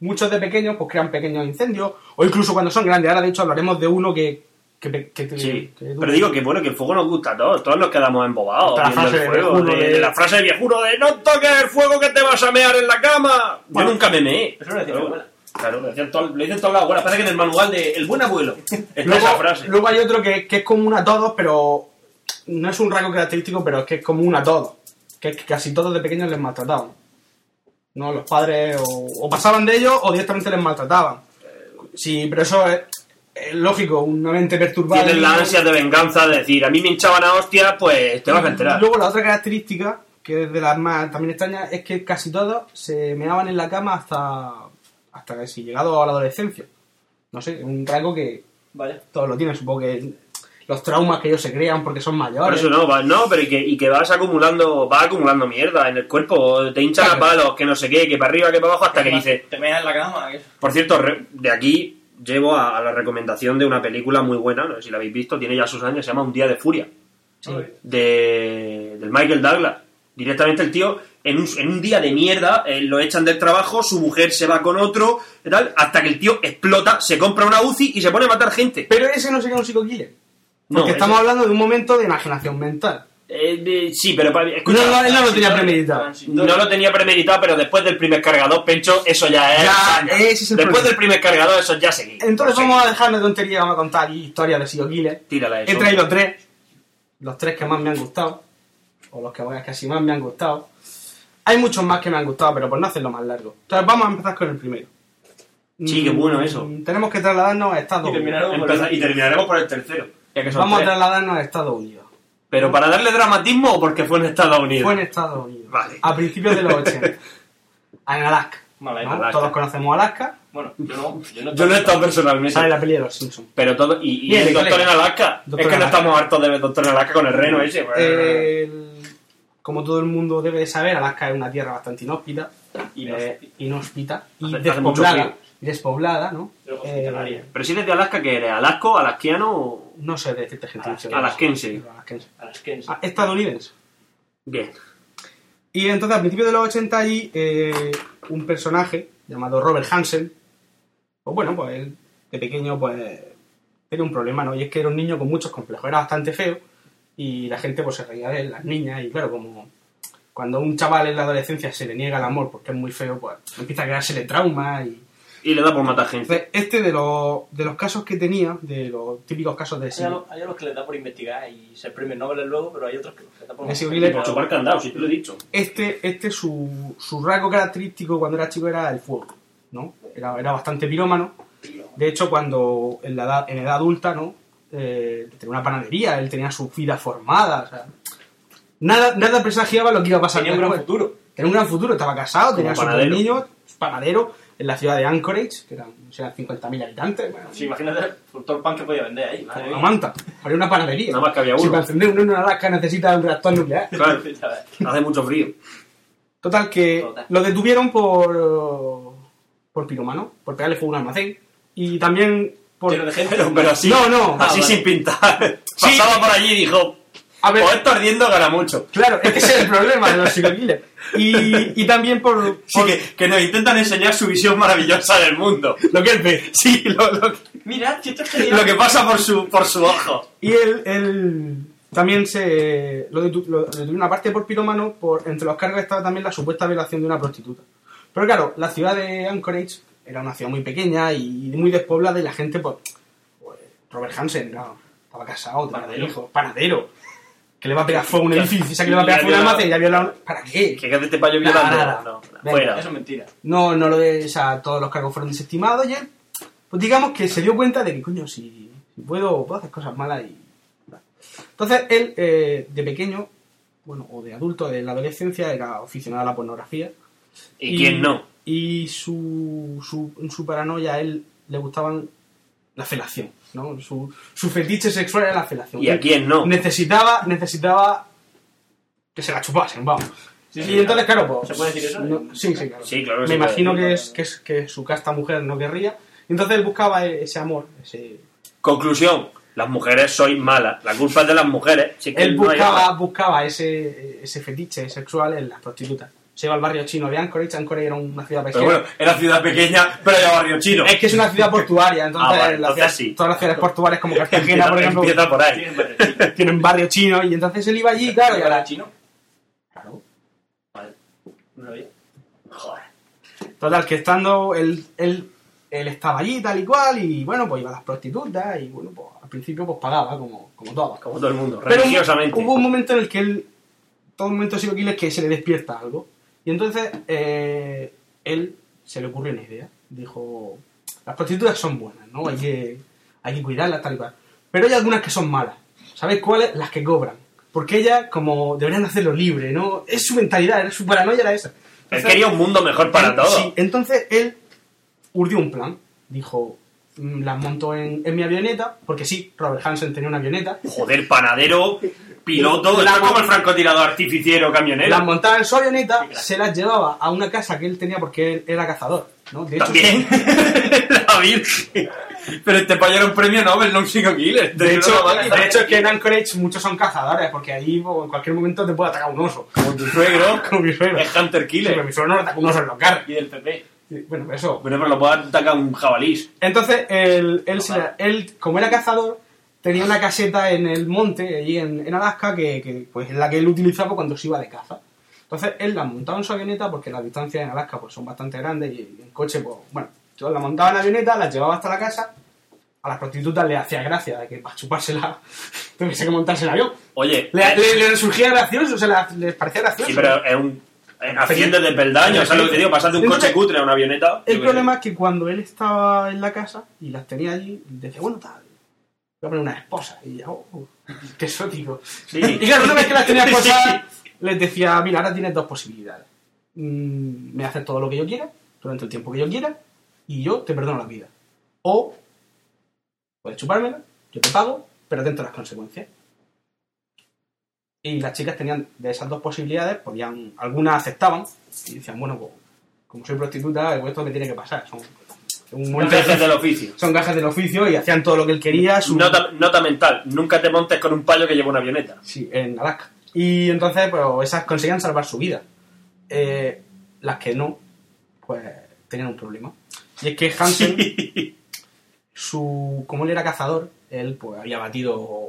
B: muchos de pequeños pues crean pequeños incendios, o incluso cuando son grandes. Ahora, de hecho, hablaremos de uno que. que, pe- que-
C: Sí,
B: que-
C: pero digo que bueno, que el fuego nos gusta a todos, todos nos quedamos embobados.
B: Hasta la
C: viendo
B: frase
C: el
B: de
C: fuego,
B: viejuno
C: de,
B: de-
C: de la frase de viejuno de no toques el fuego que te vas a mear en la cama. Yo nunca me meé.
F: Eso lo decía mi abuela.
C: Claro, lo dicen todos lo dicen todas las abuelas. Parece que en el manual de El buen abuelo está
B: Luego,
C: esa frase.
B: luego hay otro que, que es común a todos, pero no es un rasgo característico, pero es que es común a todos. Que es que casi todos de pequeños les maltrataban. No, los padres o, o pasaban de ellos o directamente les maltrataban. Sí, pero eso es, es lógico, una mente perturbada.
C: Tienen la ansia de venganza de decir, a mí me hinchaban a hostias, pues te vas a enterar.
B: Luego la otra característica, que es de las más también extrañas, es que casi todos se meaban en la cama hasta hasta casi llegado a la adolescencia. No sé, un rango que
F: Vale.
B: todos lo tienen, supongo que los traumas que ellos se crean porque son
C: Por
B: mayores.
C: eso no, va- no, pero y que, y que vas acumulando, vas acumulando mierda en el cuerpo, te hinchan a
B: Claro.
C: palos, que no sé qué, que para arriba, que para abajo, hasta que dices,
F: Te meas en la cama. que-
C: Por cierto, re- de aquí llevo a, a la recomendación de una película muy buena, no sé si la habéis visto, tiene ya sus años, se llama Un día de furia, de, del Michael Douglas. Directamente el tío, en un, en un día de mierda, eh, lo echan del trabajo, su mujer se va con otro, y tal, hasta que el tío explota, se compra una UCI y se pone a matar gente.
B: Pero ese no sería un psicoquiller.
C: No,
B: Porque
C: eso-
B: estamos hablando de un momento de enajenación mental.
C: Eh, de- sí, pero... pa-
B: No,
C: escucha, Ah,
B: no, él no lo tenía
F: Transitorio,
B: premeditado.
F: transitorio.
C: No lo tenía premeditado, pero después del primer cargador, Pencho, eso ya es...
B: Ya,
C: hazaña.
B: ese es el
C: después
B: problema.
C: del primer cargador, eso ya seguí.
B: Entonces
C: Por
B: vamos a dejar de tontería, vamos a contar aquí historias de psicoquiller.
C: Tírala,
B: He
C: eso.
B: traído tres. Los tres que más me han gustado. O los que voy a- que así más me han gustado. Hay muchos más que me han gustado, pero por no hacerlo más largo. Entonces vamos a empezar con el primero.
C: Sí, qué bueno eso.
B: Mm, Tenemos que trasladarnos a Estados
F: Y terminar-
B: Unidos.
F: Empezar-
C: Empezar- y terminaremos por el tercero. ya que son
B: Vamos a
C: tres.
B: trasladarnos a Estados Unidos.
C: Pero para darle dramatismo o porque fue en Estados Unidos.
B: Fue en Estados Unidos.
C: Vale.
B: A principios de los 80. en Alaska.
F: Vale,
B: ¿no?
C: Alaska.
B: Todos conocemos Alaska.
F: Bueno, yo no. Yo no.
C: Yo no he estado personalmente.
B: Sale la peli de los Simpsons.
C: Pero todo. Y, y
B: Bien,
C: el doctor
B: colega.
C: en Alaska.
B: Doctor
C: es que
B: en Alaska. Mm. Eh,
C: no estamos hartos de ver doctor en Alaska con el reno ese. pues.
B: El- como todo el mundo debe de saber, Alaska es una tierra bastante inhóspita. eh, inhóspita y
C: Hace- hace mucho
B: despoblada.
C: frío.
B: Despoblada, ¿no?
F: Pero
B: Eh,
F: hospitalaria.
C: Pero si eres de Alaska, que eres? ¿Alasco, alasquiano o.?
B: no sé decirte gentilicio.
C: Alasquense.
B: Alasquense.
F: A las que
B: Ah, estadounidense.
C: Bien.
B: Y entonces, a principios de los 80, hay eh, un personaje llamado Robert Hansen. Pues bueno, pues él de pequeño, pues tenía un problema, ¿no? Y es que era un niño con muchos complejos, era bastante feo y la gente pues se reía de él, las niñas, y claro, como cuando a un chaval en la adolescencia se le niega el amor porque es muy feo, pues empieza a creársele trauma y.
C: Y le da por matar gente.
B: Entonces, este de los, de los casos que tenía, de los típicos casos de
F: Hay,
B: psico-
F: a los, hay a los que les da por investigar y ser premios Nobel luego, pero hay otros que les da por
B: de psicoquiler,
C: Por chupar candado, si te lo he dicho.
B: este, este su, su rasgo característico cuando era chico era el fuego, ¿no? Era, era bastante pirómano. De hecho, cuando en la edad, en edad adulta, ¿no? Eh, tenía una panadería, él tenía su vida formada, o sea, nada, nada presagiaba lo que iba a pasar
F: Tenía un gran
B: después.
F: futuro.
B: Tenía un gran futuro, estaba casado, tenía sus dos
C: panadero.
B: niños, panadero, en la ciudad de Anchorage, que eran, no sé, eran 50.000 habitantes, bueno,
F: Sí, imagínate por todo el pan que podía vender ahí. madre
B: una
F: mía.
B: manta, para una panadería.
C: Nada más que había
B: Si
C: uno.
B: para encender uno en Alaska necesita un reactor nuclear.
C: Claro.
F: Ya ves.
C: Hace mucho frío.
B: Total, que
F: Total.
B: lo detuvieron por. por piromano, por pegarle fuego a un almacén. Y también por.
F: Lleno de gente.
C: Pero, pero así.
B: No, no.
C: Así
F: Ah, vale.
C: sin pintar. Pasaba por allí y dijo.
B: A ver.
C: O esto ardiendo gana mucho.
B: Claro, es que ese es el problema de los psicoquiles. Y, y también por.
C: Sí,
B: por
C: que, que nos intentan enseñar su visión maravillosa del mundo.
B: Lo que él ve.
C: Sí, lo, lo,
F: Mira, si esto es
C: lo
F: genial.
C: que pasa por su, por su ojo.
B: Y él. él también se. Lo, detu- lo detuvieron aparte por piromano, por, entre los cargos estaba también la supuesta violación de una prostituta. Pero claro, la ciudad de Anchorage era una ciudad muy pequeña y muy despoblada y la gente, pues. pues, Robert Hansen, claro. a casa, a otra,
A: Panadero.
B: hijo, panadero. Que le va a pegar fuego a un edificio, o sea, que le va a
C: Y
B: pegar
C: ha
B: fuego a una
C: violado-
B: maza y ya viola una- ¿Para qué?
C: ¿Qué haces este payo
B: Nada,
C: violando?
B: nada.
C: No,
B: Venga,
C: fuera.
A: Eso es mentira.
B: No, no lo de, o sea, todos los cargos fueron desestimados y él, pues digamos que se dio cuenta de que, coño, si, si puedo, puedo hacer cosas malas y... Entonces él, eh, de pequeño, bueno, o de adulto, de la adolescencia, era aficionado a la pornografía.
C: ¿Y quién no?
B: Y su, su, en su paranoia a él le gustaban la felación, ¿no? Su, su fetiche sexual era la felación.
C: ¿Y a quién no?
B: Necesitaba, necesitaba que se la chupasen, vamos.
A: Sí,
B: y
A: sí,
B: entonces, claro, pues...
A: ¿Se puede decir eso?
B: no- sí, sí, claro.
C: Sí, claro que
B: Me
C: se puede
B: imagino
C: decir.
B: que, es, que, es, que su casta mujer no querría. Y Entonces él buscaba e- ese amor. Ese...
C: Conclusión. Las mujeres sois malas. La culpa es de las mujeres. Si es que
B: Él
C: no hay
B: buscaba,
C: otra.
B: buscaba ese, ese fetiche sexual en las prostitutas. Se iba al barrio chino de Anchorage. Anchorage era una ciudad pesquera.
C: Pero bueno, era ciudad pequeña, pero era barrio chino.
B: Es que es una ciudad portuaria, entonces,
C: Ah, vale,
B: la
C: entonces
B: ciudad-
C: sí.
B: todas las ciudades portuarias como Cartagena,
C: Empieza,
B: por ejemplo,
C: empieza por ahí.
B: tienen barrio chino y entonces él iba allí, claro, y a la-
A: chino?
B: claro.
A: No sabía.
C: Joder.
B: Total, que estando él, él, él estaba allí tal y cual y bueno, pues iba a las prostitutas y bueno, pues al principio pues pagaba como, como todas.
C: Como todo el mundo,
B: Pero
C: religiosamente.
B: hubo un momento en el que él, todo un momento sido es que se le despierta algo. Y entonces eh, él se le ocurrió una idea. Dijo, las prostitutas son buenas, ¿no? Hay que, hay que cuidarlas tal y cual. Pero hay algunas que son malas. ¿Sabéis cuáles? Las que cobran. Porque ellas, como deberían hacerlo libre, ¿no? Es su mentalidad, es su paranoia era esa.
C: Él
B: Entonces-
C: quería un mundo mejor para
B: Sí,
C: todos.
B: entonces él urdió un plan. Dijo, "Mm, las monto en, en mi avioneta, porque sí, Robert Hansen tenía una avioneta.
C: Joder, panadero, piloto,
B: La-
C: está como el francotirador artificiero camionero.
B: Las montaba en su avioneta, se las llevaba a una casa que él tenía porque él era cazador. ¿no? De hecho,
C: También. la Virgen. Pero este payo era un premio Nobel, no un psico-killer.
B: De hecho, de hecho, es que en Anchorage muchos son cazadores, porque ahí pues, en cualquier momento te puede atacar un oso.
C: Como tu suegro
B: Como mi suegro.
C: es Hunter
B: Sí, pero
C: Killer.
B: mi suegro no le ataca un oso en los carros.
A: Y del PP.
B: Y, Bueno, eso.
C: Bueno, pero lo puede atacar un jabalí.
B: Entonces, él, él, se la- él, como era cazador, tenía una caseta en el monte, allí en, en Alaska, que, que, pues es la que él utilizaba cuando se iba de caza. Entonces, él la montaba en su avioneta porque las distancias en Alaska pues, son bastante grandes y en coche, pues, bueno, yo la montaba en la avioneta, la llevaba hasta la casa. A las prostitutas le hacía gracia de que para chupársela tuviese que montarse en avión.
C: Oye,
B: Le,
C: eh,
B: le- le surgía gracioso, o sea, la- les parecía gracioso.
C: sí, pero es un. eh, Haciendo de peldaño,
B: Pero-
C: ¿sabes lo que te digo? Pasar de un
B: Entonces-
C: coche cutre a una avioneta.
B: El problema es que cuando él estaba en la casa y las tenía allí, decía, bueno, tal, voy a poner una esposa. Y ya, oh, qué exótico.
C: Sí.
B: Y claro, una vez que las tenía
C: Sí.
B: esposadas, les decía, mira, ahora tienes dos posibilidades. Mm, me haces todo lo que yo quiera, durante el tiempo que yo quiera, y yo te perdono la vida. O puedes Pues chupármela, yo te pago, pero atento a las consecuencias. Y las chicas tenían de esas dos posibilidades, podían, algunas aceptaban y decían, bueno, pues, como soy prostituta, pues esto me tiene que pasar. Son, son un
C: Los
B: montón
C: gajes
B: de-
C: del oficio.
B: son gajes del oficio y hacían todo lo que él quería. su-
C: Nota, nota mental: nunca te montes con un payo que lleva una avioneta.
B: Sí, en Alaska. Y entonces, pues esas conseguían salvar su vida. Eh, las que no, pues tenían un problema. Y es que Hansen, su, como él era cazador, él pues había batido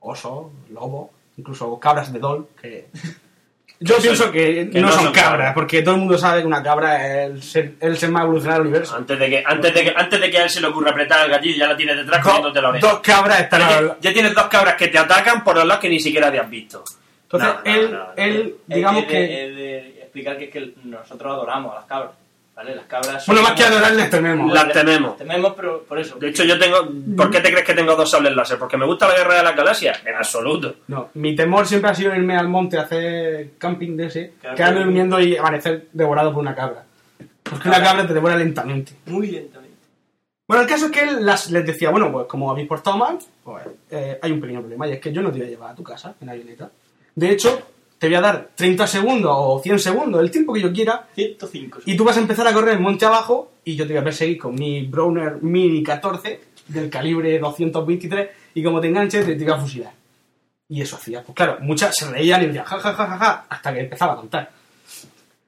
B: osos, lobos, incluso cabras de Dol, que... Yo
C: Que
B: pienso
C: son-
B: que,
C: que
B: no, son, cabras,
C: cabras.
B: porque todo el mundo sabe que una cabra es el ser, el ser más evolucionado del universo.
C: Antes de que, antes de que, antes de que a él se le ocurra apretar el gatillo, ya la tienes detrás comiéndote la oreja.
B: Dos cabras están...
C: Ya-
B: al-
C: Ya tienes dos cabras que te atacan por los lados que ni siquiera habías visto.
B: Entonces,
C: No, no,
B: él,
C: no, no. Eh,
B: él, digamos
F: es de,
B: que...
F: Es de explicar que, es que nosotros adoramos a las cabras. ¿Vale? Las cabras. son
B: bueno, más que
F: como-
B: adorarles tememos.
C: Las tememos.
F: Tememos, pero por eso.
C: De hecho, yo tengo. ¿Por
B: Mm.
C: qué te crees que tengo dos sables láser? ¿Porque me gusta la guerra de las galaxias? En absoluto.
B: No, mi temor siempre ha sido irme al monte a hacer camping de ese,
F: Claro.
B: quedarme durmiendo y amanecer devorado por una cabra. Porque una cabra te devora lentamente.
F: muy lentamente.
B: Bueno, el caso es que él las, les decía, bueno, pues como habéis portado mal, pues eh, hay un pequeño problema y es que yo no te voy a llevar a tu casa en avioneta. De hecho, te voy a dar 30 segundos o 100 segundos, el tiempo que yo quiera,
F: 105.
B: y tú vas a empezar a correr monte abajo y yo te voy a perseguir con mi Browner Mini 14 del calibre 223 y como te enganches te, te voy a fusilar. Y eso hacía. Pues claro, muchas se reían y decían ja, ja, ja, ja, ja, hasta que empezaba a contar.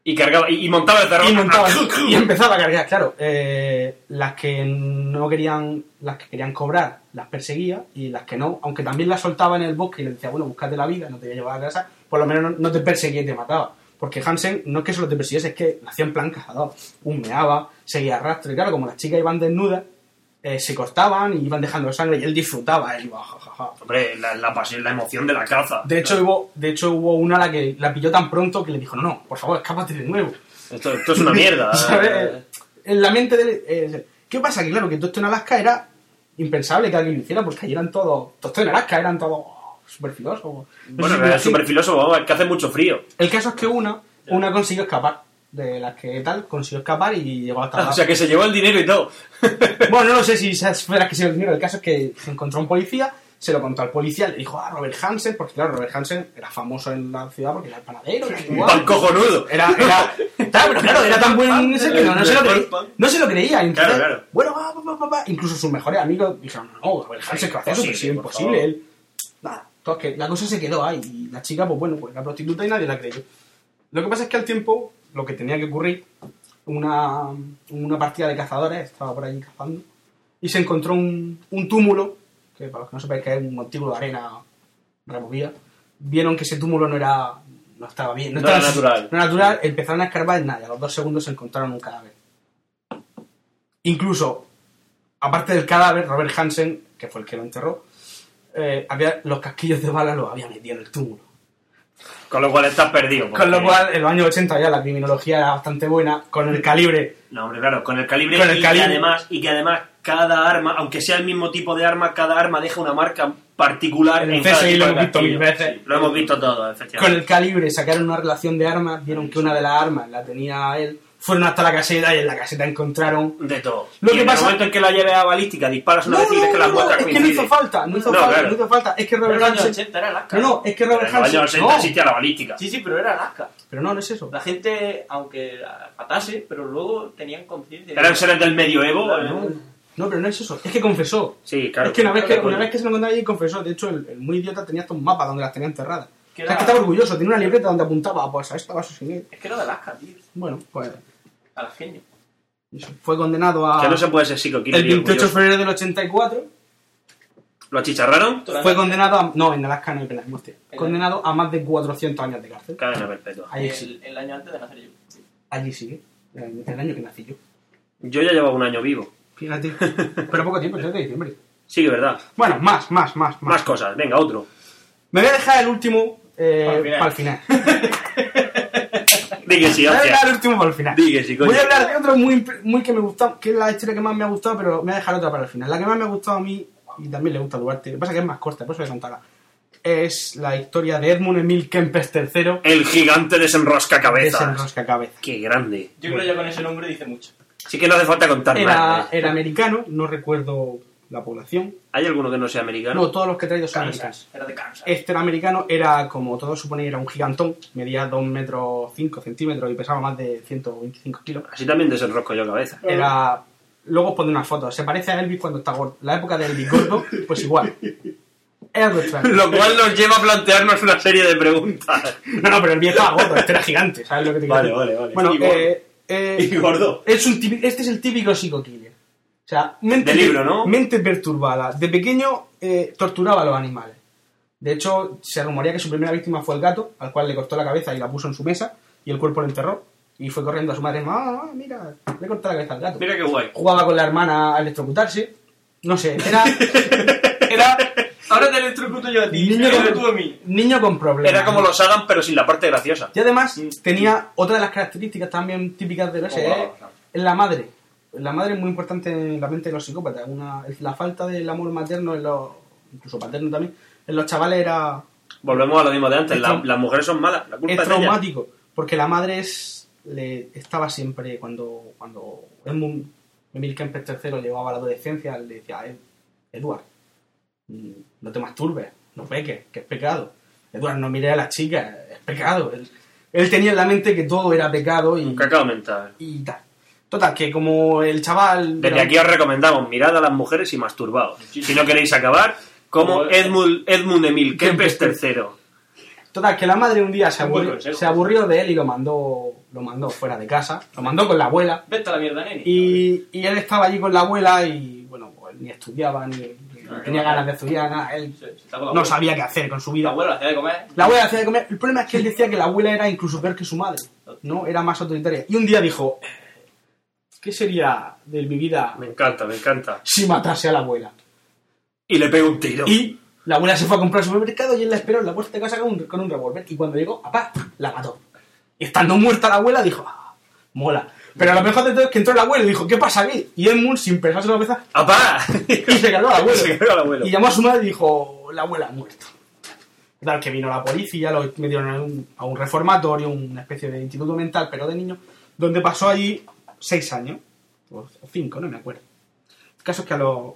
C: Y cargaba. Y, y montaba el cerro.
B: Y, montaba, y empezaba a cargar, claro. eh, las que no querían, las que querían cobrar, las perseguía y las que no, aunque también las soltaba en el bosque y les decía, bueno, buscate la vida, no te voy a llevar a casa, por lo menos no, no te perseguía y te mataba. Porque Hansen no es que solo te persiguiese, es que lo hacía en plan cazador. Humeaba, seguía rastro y claro, como las chicas iban desnudas, eh, se cortaban y iban dejando sangre y él disfrutaba, él iba, jajaja.
C: Hombre, la, la pasión, la emoción de la caza.
B: De hecho, hubo, de hecho, hubo una a la que la pilló tan pronto que le dijo, no, no, por favor, escápate de nuevo.
C: Esto, esto es una mierda. ¿eh?
B: ¿Sabes? En la mente de él, eh, ¿Qué pasa? Que claro, que todo esto en Alaska era impensable que alguien lo hiciera, porque allí eran todos. Todo esto en Alaska eran todos oh, super filósofos.
C: Bueno, es súper filósofo, es que hace mucho frío.
B: El caso es que una, una consiguió escapar. De las que tal, consiguió escapar y llegó hasta
C: O sea, que se llevó el dinero y todo.
B: Bueno, no lo sé si esas fueras que se el dinero. El caso es que se encontró un policía, se lo contó al policía, le dijo a Robert Hansen, porque claro, Robert Hansen era famoso en la ciudad porque era el panadero, era
C: Un
B: cubano.
C: pan cojonudo.
B: Era, era, claro, pero claro, era tan buen ese que no, no se lo creía. No se lo creía. Entonces,
C: Claro, claro.
B: Bueno, va, va, va, va, va. Incluso sus mejores amigos dijeron, no, Robert Hansen, ¿qué va a hacer eso? Pero sí,
C: Imposible, por favor.
B: imposible. Él, nada, todo que la cosa se quedó ahí. Y la chica, pues bueno, pues la prostituta y nadie la creyó. Lo que pasa es que al tiempo, lo que tenía que ocurrir, una, una partida de cazadores estaba por allí cazando y se encontró un, un túmulo, que para los que no sepáis que es un montículo de arena removida. Vieron que ese túmulo no era no estaba bien, no,
C: No
B: estaba
C: era natural.
B: no era natural, empezaron a escarbar en nada, y a los dos segundos se encontraron un cadáver. Incluso, aparte del cadáver, Robert Hansen, que fue el que lo enterró, eh, había, los casquillos de bala los había metido en el túmulo.
C: Con lo cual estás perdido. porque-
B: Con lo cual, en los años 80 ya la criminología era bastante buena, con el calibre.
C: No, hombre, claro, con el calibre,
B: Con el
C: y,
B: calibre.
C: Que además, y que además cada arma, aunque sea el mismo tipo de arma, cada arma deja una marca particular
B: El
C: en cada
B: CSI
C: tipo
B: lo
C: de
B: hemos visto
C: castillo.
B: mil veces.
C: Sí, lo hemos visto todo,
B: Con
C: efectivamente.
B: el calibre sacaron una relación de armas, vieron que una de las armas la tenía él, fueron hasta la caseta y en la caseta encontraron
C: De todo.
B: Lo
C: y
B: que
C: en
B: pasa-
C: el momento en que la lleves a balística, disparas una
B: No,
C: vez y ves que
B: no,
C: las
B: no,
C: botas
B: es que no hizo falta, no hizo
C: No,
B: falta,
C: claro.
B: no hizo falta. Es que
F: Pero en
B: Robert
F: los años
B: Hansen.
F: 80 era Alaska.
B: No, no, es que Robert
C: En los
B: Hansen.
C: años 80
B: no.
C: existía la balística.
F: Sí, sí, pero era Alaska.
B: Pero no, no es eso.
F: La gente, aunque matase, pero luego tenían conciencia.
C: Eran seres del medioevo. ¿eh?
B: No, no, pero no es eso. Es que confesó.
C: Sí, claro.
B: es que una vez que,
C: Claro,
B: una
C: coño.
B: vez que se lo encontraba allí, confesó. De hecho, el, el muy idiota tenía hasta un mapa donde las tenía enterradas. O
F: Que
B: sea, es que
F: era-
B: estaba orgulloso, tenía una libreta donde apuntaba, ah, pues a esta va su sin él.
F: Es que era de Alaska, tío.
B: Bueno, pues
F: A la genio.
B: eso. fue condenado
C: O
B: a
C: sea, no se puede ser psicoquímico.
B: el 28 de febrero del 84.
C: ¿Lo achicharraron?
B: Fue condenado a... No, en Alaska no hay pena de muerte.
F: En-
B: Condenado a más de 400 años de cárcel.
C: Cadena perpetua.
B: Ahí, sí-
F: el, el año antes de nacer yo. Sí.
B: allí sigue. Eh, El el año que nací yo.
C: Yo ya llevaba un año vivo.
B: Fíjate. Pero poco tiempo, el 3 de diciembre.
C: Sí, que verdad.
B: Bueno, más, más, más, más.
C: Más cosas. Venga, otro.
B: Me voy a dejar el último eh,
F: Para el final.
B: para el final.
C: Di que sí,
B: Me voy a
C: hostia.
B: dejar el último para el final.
C: Di que sí, coño.
B: Voy a hablar de otro muy, imp- muy que me gusta, que es la historia que más me ha gustado, pero me voy a dejar otra para el final. La que más me ha gustado a mí, y también le gusta a Duarte, lo que pasa es que es más corta, por eso voy a contarla, es la historia de Edmund Emil Kempes III,
C: El gigante desenrosca cabezas.
B: desenrosca cabeza.
C: Qué grande.
F: Yo creo que ya con ese nombre dice mucho.
C: Sí que no hace falta contar
B: Era,
C: más. ¿eh?
B: era americano, no recuerdo la población.
C: ¿Hay alguno que no sea americano?
B: No, todos los que he traído son americanos.
F: Kansas. Era de Kansas.
B: Este era americano, era como todos suponen, era un gigantón, medía 2 metros 5 centímetros y pesaba más de 125 kilos.
C: Así también desenrosco yo cabeza.
B: Era. Luego os pondré una foto. Se parece a Elvis cuando está gordo. La época de Elvis gordo, pues igual. Elvis Presley.
C: Lo cual nos lleva a plantearnos una serie de preguntas.
B: No, no, pero el viejo estaba gordo, este era gigante, ¿sabes lo que te quiero
C: Vale,
B: decir?
C: vale, vale.
B: Bueno,
C: Y gordo.
B: eh, eh,
C: Y gordo.
B: Es un típico- este es el típico psico-killer. O sea, mente,
C: De libro, ¿no?
B: mente perturbada. De pequeño eh, torturaba a los animales. De hecho, se rumorea que su primera víctima fue el gato, al cual le cortó la cabeza y la puso en su mesa, y el cuerpo lo enterró. Y fue corriendo a su madre, mamá, mamá, mira, le cortó la cabeza al gato.
C: Mira qué guay.
B: jugaba con la hermana a electrocutarse. No sé, era. era
F: Ahora te electrocuto yo a ti.
B: niño,
F: pero
B: con,
F: tú a mí.
B: niño con problemas.
C: Era como los Adam, pero sin la parte graciosa.
B: Y además tenía otra de las características también típicas de ese,
F: Como
B: es
F: bravo,
B: la madre. La madre es muy importante en la mente de los psicópatas. Una, la falta del amor materno, en los, incluso paterno también, en los chavales era,
C: Volvemos a lo mismo de antes.
B: Es
C: la-
B: traum-
C: las mujeres son malas. La culpa
B: es
C: es de ellas.
B: traumático. Porque la madre es, le, estaba siempre, cuando, cuando Edmund Emil Kempes III llegaba a la adolescencia, le decía, "Ed- Edward, mm, no te masturbes, no peques, que es pecado. Edward, no mires a las chicas, es pecado. Él, él tenía en la mente que todo era pecado y,
C: Un cacao mental.
B: y tal. Total, que como el chaval...
C: Desde
B: era-
C: aquí os recomendamos mirad a las mujeres y masturbaos. Si no queréis acabar, como
F: Como-
C: Edmund, Edmund Emil Kempes
B: Kempes
C: III.
B: Total, que la madre un día se
F: Muy buen
B: aburrió,
F: consejo.
B: se aburrió de él y lo mandó, lo mandó fuera de casa. Lo mandó con la abuela.
F: Vete a la mierda, nene.
B: Y, y él estaba allí con la abuela y, bueno, pues, ni estudiaba, ni, ni
F: No,
B: tenía
F: no,
B: ganas
F: no.
B: de estudiar, nada. Él
F: Se- se estaba con Ah, la
B: no
F: abuela.
B: sabía qué hacer con su
F: La
B: vida.
F: abuela hacía de comer.
B: La abuela hacía de comer. El problema es que él decía que la abuela era incluso peor que su madre, ¿no? Era más autoritaria. Y un día dijo, ¿Qué sería de mi vida
G: Me encanta, me encanta.
B: si matase a la abuela?
G: Y le pego un tiro.
B: Y la abuela se fue a comprar al supermercado y él la esperó en la puerta de casa con un, con un revólver. Y cuando llegó, papá, la mató. Y estando muerta la abuela, dijo, "Ah, mola. Pero lo mejor de todo es que entró el abuelo y dijo, ¿qué pasa aquí? Y Edmund, sin pensarse la cabeza,
G: ¡Apá!
B: y se cargó al abuelo.
G: Se cargó al abuelo.
B: Y llamó a su madre y dijo, la abuela ha muerto. Tal que vino la policía, lo metieron a un, a un reformatorio, una especie de instituto mental, pero de niños, donde pasó allí seis años, o cinco, no me acuerdo. El caso es que a los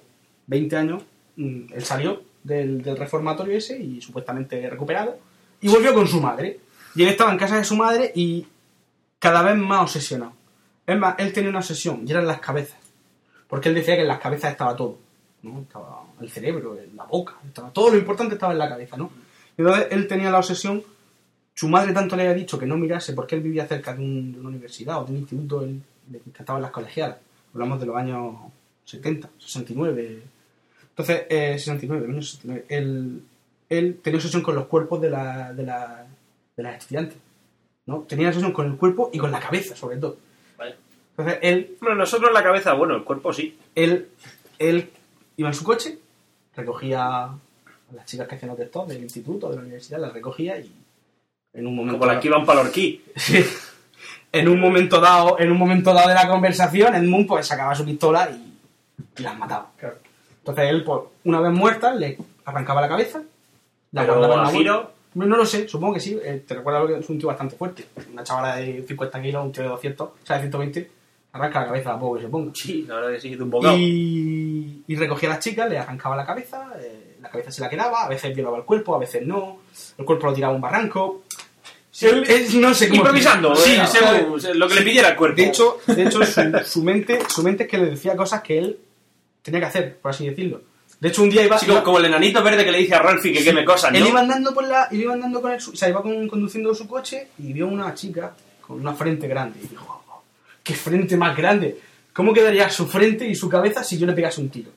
B: 20 años mm, él salió del, del reformatorio ese y supuestamente recuperado, y volvió con su madre. Y él estaba en casa de su madre y cada vez más obsesionado. Es más, él tenía una obsesión y eran las cabezas. Porque él decía que en las cabezas estaba todo. ¿no? Estaba el cerebro, la boca, estaba todo lo importante estaba en la cabeza, ¿no? Y entonces él tenía la obsesión, su madre tanto le había dicho que no mirase porque él vivía cerca de, un- de una universidad o de un instituto él, le encantaban las colegiadas. Hablamos de los años 70, 69. Entonces, eh, 69, del año 69. Él, él tenía obsesión con los cuerpos de, la, de, la, de las estudiantes. ¿no? Tenía obsesión con el cuerpo y con la cabeza, sobre todo.
F: Vale.
B: Entonces, él
G: Bueno, nosotros la cabeza, bueno, el cuerpo sí.
B: él, él iba en su coche, recogía a las chicas que hacían los textos del instituto, de la universidad, las recogía y en un momento
G: Como la que iban para Lorquí.
B: Sí. en un momento dado, en un momento dado de la conversación, Edmund pues sacaba su pistola y, y las mataba. Entonces él, pues, una vez muerta, le arrancaba la cabeza, la
G: Pero
B: guardaba en la
G: a
B: bolsa.
G: giro.
B: No, no lo sé, supongo que sí. eh, te recuerda que es un tío bastante fuerte. Una chavala de 50 kilos, un tío de 200, o sea, de 120, arranca la cabeza a poco que se ponga.
G: Sí, la verdad que sí, de un bocado.
B: Y, y recogía a las chicas, le arrancaba la cabeza, eh, la cabeza se la quedaba, a veces violaba el cuerpo, a veces no, el cuerpo lo tiraba a un barranco. Él- él no sé cómo-
G: Improvisando,
B: Sí,
G: eh,
B: ¿sabes?
G: según lo que le pidiera el cuerpo.
B: De hecho, de hecho su, su mente, su mente es que le decía cosas que él tenía que hacer, por así decirlo. De hecho, un día iba,
G: Sí, como,
B: iba-
G: como el enanito verde que le dice a Rolfi que queme cosas, ¿no?
B: él iba andando por la, él iba andando con el, su- o sea, iba con- conduciendo su coche y vio una chica con una frente grande y dijo, "Oh, qué frente más grande. ¿Cómo quedaría su frente y su cabeza si yo le pegase un tiro?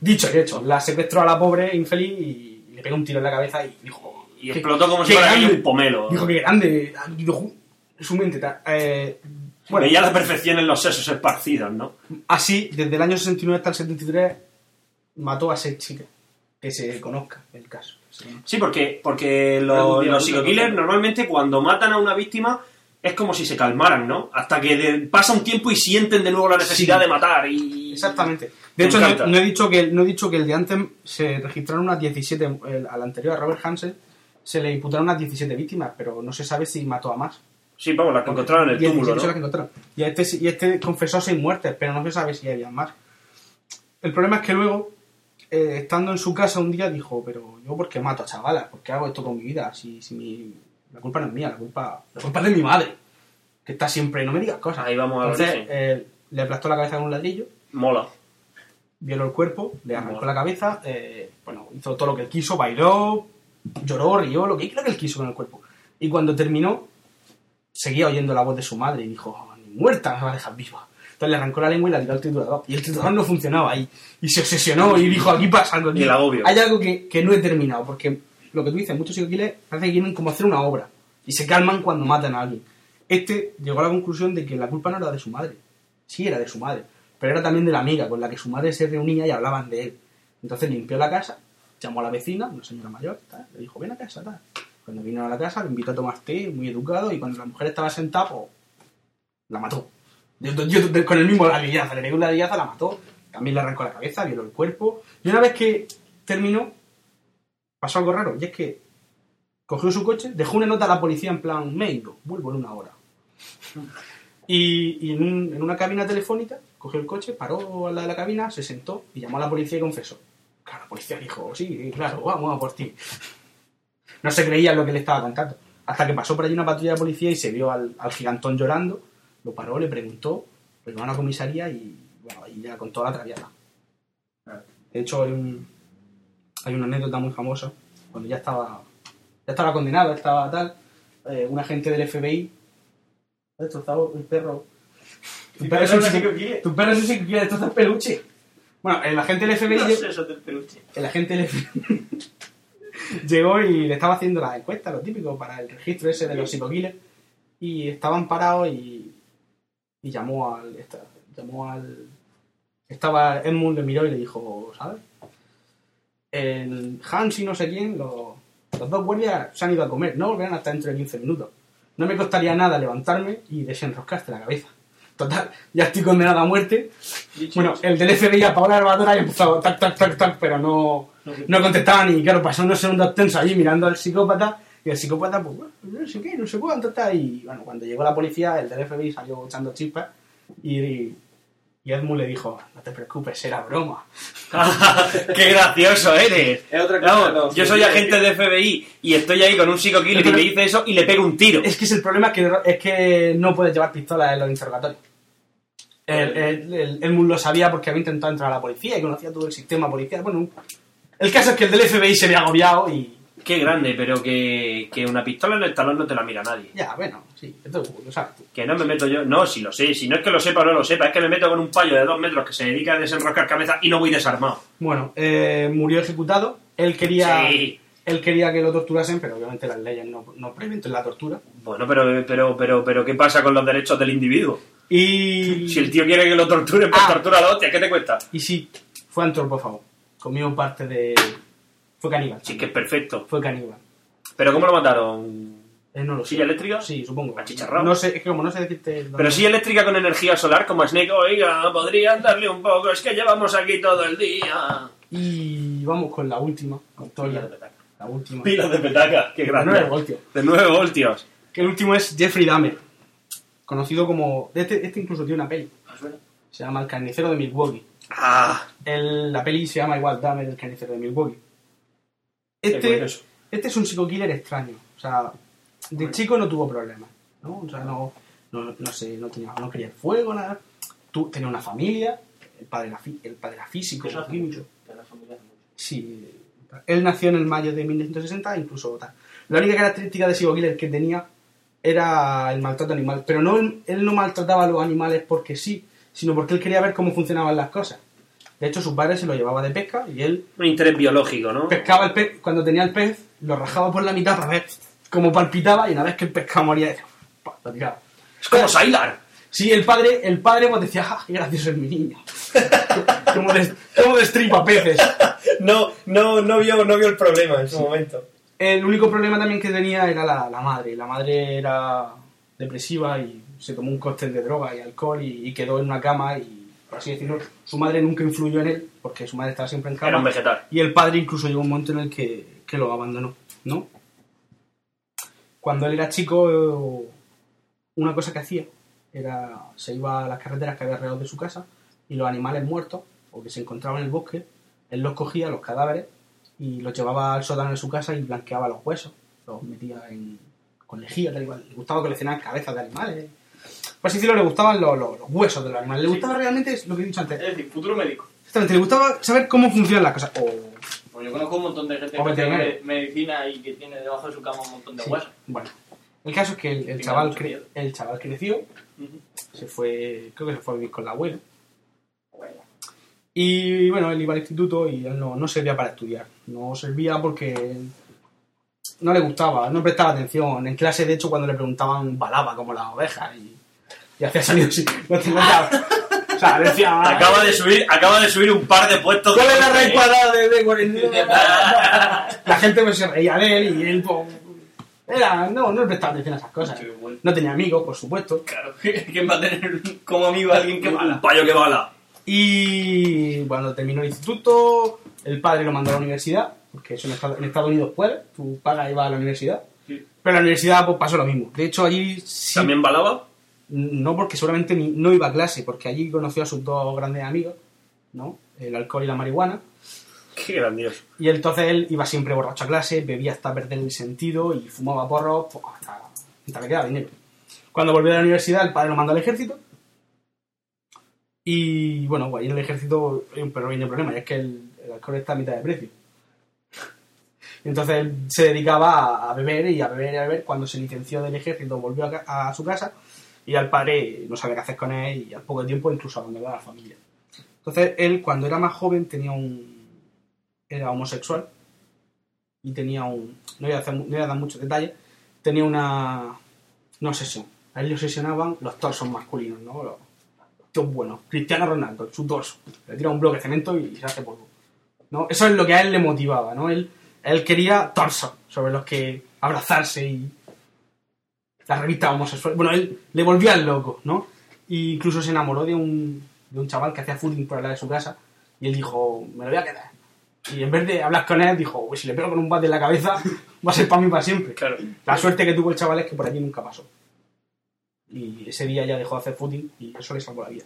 B: Dicho y hecho, la secuestró a la pobre infeliz y le pegó un tiro en la cabeza y dijo, "Oh,
G: Y
B: qué-
G: explotó como si
B: qué
G: fuera aquello
B: grande".
G: un pomelo.
B: Dijo que grande, dijo, su mente. ta- eh, bueno,
G: Veía la perfección en los sesos esparcidos, ¿no?
B: Así, desde el año 69 hasta el 73, mató a seis chicas. Que se conozca el caso.
G: Sí, porque, porque
F: Algún
G: los,
F: día,
G: los
F: algún día,
G: psico-killers
F: algún día.
G: normalmente cuando matan a una víctima es como si se calmaran, ¿no? Hasta que de- pasa un tiempo y sienten de nuevo la necesidad
B: Sí.
G: de matar y...
B: Exactamente.
G: Me
B: De hecho,
G: encanta.
B: no, no he dicho que, no he dicho que el de antes se registraron unas 17, el- al anterior, a Robert Hansen, se le imputaron unas 17 víctimas, pero no se sabe si mató a más.
G: Sí, vamos, las encontraron en el
B: 17
G: túmulo,
B: son las que
G: ¿no?
B: encontraron. Y este, y este confesó seis muertes, pero no se sabe si había más. El problema es que luego, eh, estando en su casa un día, dijo, pero yo por qué mato a chavalas, por qué hago esto con mi vida, si, si mi... la culpa no es mía, la culpa, la culpa es de mi madre, que está siempre, no me digas cosas.
G: Ahí vamos al
B: Entonces,
G: origen.
B: eh, le aplastó la cabeza con un ladrillo,
G: Mola.
B: violó el cuerpo, le arrancó
G: Bueno.
B: la cabeza, eh, bueno, hizo todo lo que él quiso, bailó, lloró, rió, lo que, lo que él quiso con el cuerpo. Y cuando terminó, seguía oyendo la voz de su madre y dijo, "Ah, ni muerta me va a dejar viva. Entonces le arrancó la lengua y la tiró al triturador. Y el triturador no funcionaba ahí. Y se obsesionó y dijo, aquí pasa algo. aquí
G: Y el agobio.
B: Hay algo que, que no he terminado, porque lo que tú dices, muchos psicoquiles parece que quieren como hacer una obra. Y se calman cuando matan a alguien. Este llegó a la conclusión de que la culpa no era de su madre. Sí, era de su madre. Pero era también de la amiga con la que su madre se reunía y hablaban de él. Entonces limpió la casa, llamó a la vecina, una señora mayor, tal, le dijo, ven a casa, tal. Cuando vino a la casa, le invitó a tomar té, muy educado, y cuando la mujer estaba sentada, pues, la mató. Yo, yo- yo- con el mismo ladrillazo, le pegué una ladrillazo, la mató. También le arrancó la cabeza, violó el cuerpo. Y una vez que terminó, pasó algo raro, y es que cogió su coche, dejó una nota a la policía en plan, me he ido, vuelvo en una hora. Y, y en, un- en una cabina telefónica, cogió el coche, paró al lado de la cabina, se sentó y llamó a la policía y confesó. Claro, la policía dijo, sí, claro, vamos a por ti. No se creía lo que le estaba contando. Hasta que pasó por allí una patrulla de policía y se vio al, al gigantón llorando, lo paró, le preguntó, lo llevó a una comisaría y, bueno, ahí ya contó la traviata. De hecho, hay, un- hay una anécdota muy famosa, cuando ya estaba, ya estaba condenado, estaba tal, eh, un agente del FBI ha destrozado un perro. Tu perro es un psicoquile. Tu perro es un psicoquile, destroza el peluche. Bueno, el agente del FBI...
F: No sé eso del peluche.
B: el agente le- llegó y le estaba haciendo las encuestas, lo típico, para el registro ese de los psicoquiles. Y estaban parados y Y llamó al. esta- llamó al. Estaba Edmund, le miró y le dijo, ¿sabes? El Hans y no sé quién, los, los dos guardias se han ido a comer, no volverán hasta dentro de 15 minutos. No me costaría nada levantarme y desenroscaste la cabeza. Total, ya estoy condenado a muerte. Bueno, el del FBI apagó la grabadora y empezó tac, tac, tac, tac, pero no, no contestaban. Y claro, pasó unos segundos tensos allí mirando al psicópata. Y el psicópata, pues, bueno, no sé qué, no sé cuánto está. Y bueno, cuando llegó la policía, el del FBI salió echando chispas. Y, y, Edmund le dijo: No te preocupes, era broma.
C: ¡Qué gracioso eres!
A: Es otra cosa,
C: Vamos,
A: no,
C: yo
A: sí,
C: soy
A: sí,
C: agente de FBI y estoy ahí con un psicoquiller y me dice eso y le pego un tiro.
B: Es que es el problema que es que no puedes llevar pistola en los interrogatorios. El, el, el- Edmund lo sabía porque había intentado entrar a la policía y conocía todo el sistema policial. Bueno, un- el caso es que el del FBI se había agobiado y.
C: Qué grande, pero que, que una pistola en el talón no te la mira nadie.
B: Ya, bueno, sí, esto lo sabes tú.
C: Que no me meto yo. No, si lo sé. Si no es que lo sepa o no lo sepa, es que me meto con un payo de dos metros que se dedica a desenroscar cabeza y no voy desarmado.
B: Bueno, eh, murió ejecutado. Él quería,
C: Sí.
B: él quería que lo torturasen, pero obviamente las leyes no, no prohíben la tortura.
C: Bueno, pero, pero, pero, pero, ¿qué pasa con los derechos del individuo?
B: Y.
C: Si el tío quiere que lo torture, pues
B: Ah.
C: tortura la hostia, ¿qué te cuesta?
B: Y sí, fue antropofago. Comió parte de. Fue caníbal.
C: Sí, que es perfecto.
B: Fue caníbal.
C: ¿Pero cómo lo mataron?
B: Eh, no lo sé.
C: ¿Silla eléctrica?
B: Sí, supongo.
C: Achicharrado.
B: No sé, es que como no sé decirte. dónde-
C: Pero sí eléctrica con energía solar, como Snake. Oiga, podrían darle un poco, es que llevamos aquí todo el día.
B: Y vamos con la última historia. La última.
C: Pilas de petaca, qué
B: No
C: grande.
B: voltio.
C: De 9 voltios.
B: Que el último es Jeffrey Dahmer. Conocido como. Este, este incluso tiene una peli. Se llama El carnicero de Milwaukee.
C: Ah,
B: El- la peli se llama igual Dahmer, el carnicero de Milwaukee.
C: Qué
B: Este,
C: curioso.
B: este es un psico-killer extraño. O sea, de chico no tuvo problemas. ¿no? O sea, no, no, no sé, no, tenía, no quería el fuego, nada. Tú, tenía una familia, el padre era, fi- el padre era físico,
A: Eso hace
B: químico.
A: De la familia hace mucho.
B: Sí, él nació en el mayo de 1960, incluso tal. La única característica de Sibo Killer que tenía era el maltrato animal, pero no él no maltrataba a los animales porque sí, sino porque él quería ver cómo funcionaban las cosas. De hecho, su padre se lo llevaba de pesca y él
C: un interés biológico, ¿no?
B: pescaba el pez, cuando tenía el pez, lo rajaba por la mitad para ver cómo palpitaba y una vez que el pescado moría, decía, "Pa", lo tiraba.
C: Es como Sailar.
B: Sí, el padre, el padre pues decía, ¡ah, qué gracioso es mi niño! ¿Cómo, des- cómo destripa peces?
G: No, no, no vio, no vio el problema en su momento.
B: El único problema también que tenía era la, la madre. La madre era depresiva y se tomó un cóctel de droga y alcohol y, y quedó en una cama y, por así decirlo, su madre nunca influyó en él porque su madre estaba siempre en
C: Era un
B: cama.
C: vegetal.
B: Y el padre incluso llegó un momento en el que, que lo abandonó, ¿no? Cuando él era chico, eh, una cosa que hacía era se iba a las carreteras que había alrededor de su casa y los animales muertos o que se encontraban en el bosque, él los cogía, los cadáveres, y los llevaba al sótano de su casa y blanqueaba los huesos, los metía en, con lejía, tal y cual. Le gustaba coleccionar cabezas de animales. Pues sí, le gustaban los, los- los huesos de los animales. Le gustaba realmente es lo que he dicho antes.
A: Es decir, futuro médico.
B: Exactamente, le gustaba saber cómo funcionan las cosas. O
A: Pues yo conozco un montón de gente
B: O
A: que
B: veterinario.
A: tiene medicina y que tiene debajo de su cama un montón de
B: Sí,
A: huesos.
B: Bueno, el caso es que el, el
A: Tenía
B: chaval,
A: mucho
B: cre-
A: miedo.
B: el chaval creció, se fue, creo que se fue a vivir con la abuela. Y bueno, él iba al instituto y él no, no servía para estudiar. No servía porque no le gustaba, no prestaba atención. En clase, de hecho, cuando le preguntaban, balaba como las ovejas y, y hacía sonidos así. No te encontraba. O sea, decía...
C: Acaba de subir, acaba de subir un par de puestos.
B: Ah. ¿Cuál es la raíz cuadrada de, de 49? La gente pues, se reía de él y él, pues, era, no, no le prestaba atención a esas cosas.
A: Sí, bueno.
B: No tenía amigos, por supuesto.
A: Claro, ¿quién va a tener como amigo a alguien que
C: Un
A: mala?
C: payo que bala.
B: Y cuando terminó el instituto, el padre lo mandó a la universidad, porque eso en Estados, en Estados Unidos puede, tú pagas y vas a la universidad.
A: Sí.
B: Pero en la universidad pues, pasó lo mismo. De hecho, allí sí-
C: ¿También balaba?
B: no porque seguramente ni- no iba a clase, porque allí conoció a sus dos grandes amigos, ¿no? El alcohol y la marihuana.
C: Qué grandioso.
B: Y entonces él iba siempre borracho a clase, bebía hasta perder el sentido y fumaba porros pues, hasta, hasta que quedaba dinero. Cuando volvió a la universidad, el padre lo mandó al ejército. Y bueno, ahí en el ejército hay un pequeño problema, y es que el, el alcohol está a mitad de precio. Entonces él se dedicaba a, a beber y a beber y a beber. Cuando se licenció del ejército, volvió a, ca- a su casa y al padre no sabía qué hacer con él y al poco tiempo incluso abandonó a la familia. Entonces él, cuando era más joven, tenía un, era homosexual y tenía un. No voy a, hacer mu- no voy a dar muchos detalles. Tenía una. No obsesión. a él le obsesionaban los torsos masculinos, ¿no? Los los tíos buenos. Cristiano Ronaldo, su torso. Le tira un bloque de cemento y se hace polvo. ¿no? Eso es lo que a él le motivaba, ¿no? Él, él quería torsos sobre los que abrazarse y la revista homosexual. Bueno, él le volvía al loco, ¿no? E incluso se enamoró de un, de un chaval que hacía footing por la de su casa y él dijo, me lo voy a quedar. Y en vez de hablar con él, dijo, "Uy, si le pego con un bate en la cabeza, va a ser para mí para siempre.
G: Claro.
B: La suerte que tuvo el chaval es que por allí nunca pasó. Y ese día ya dejó de hacer footing y eso le salvó la vida.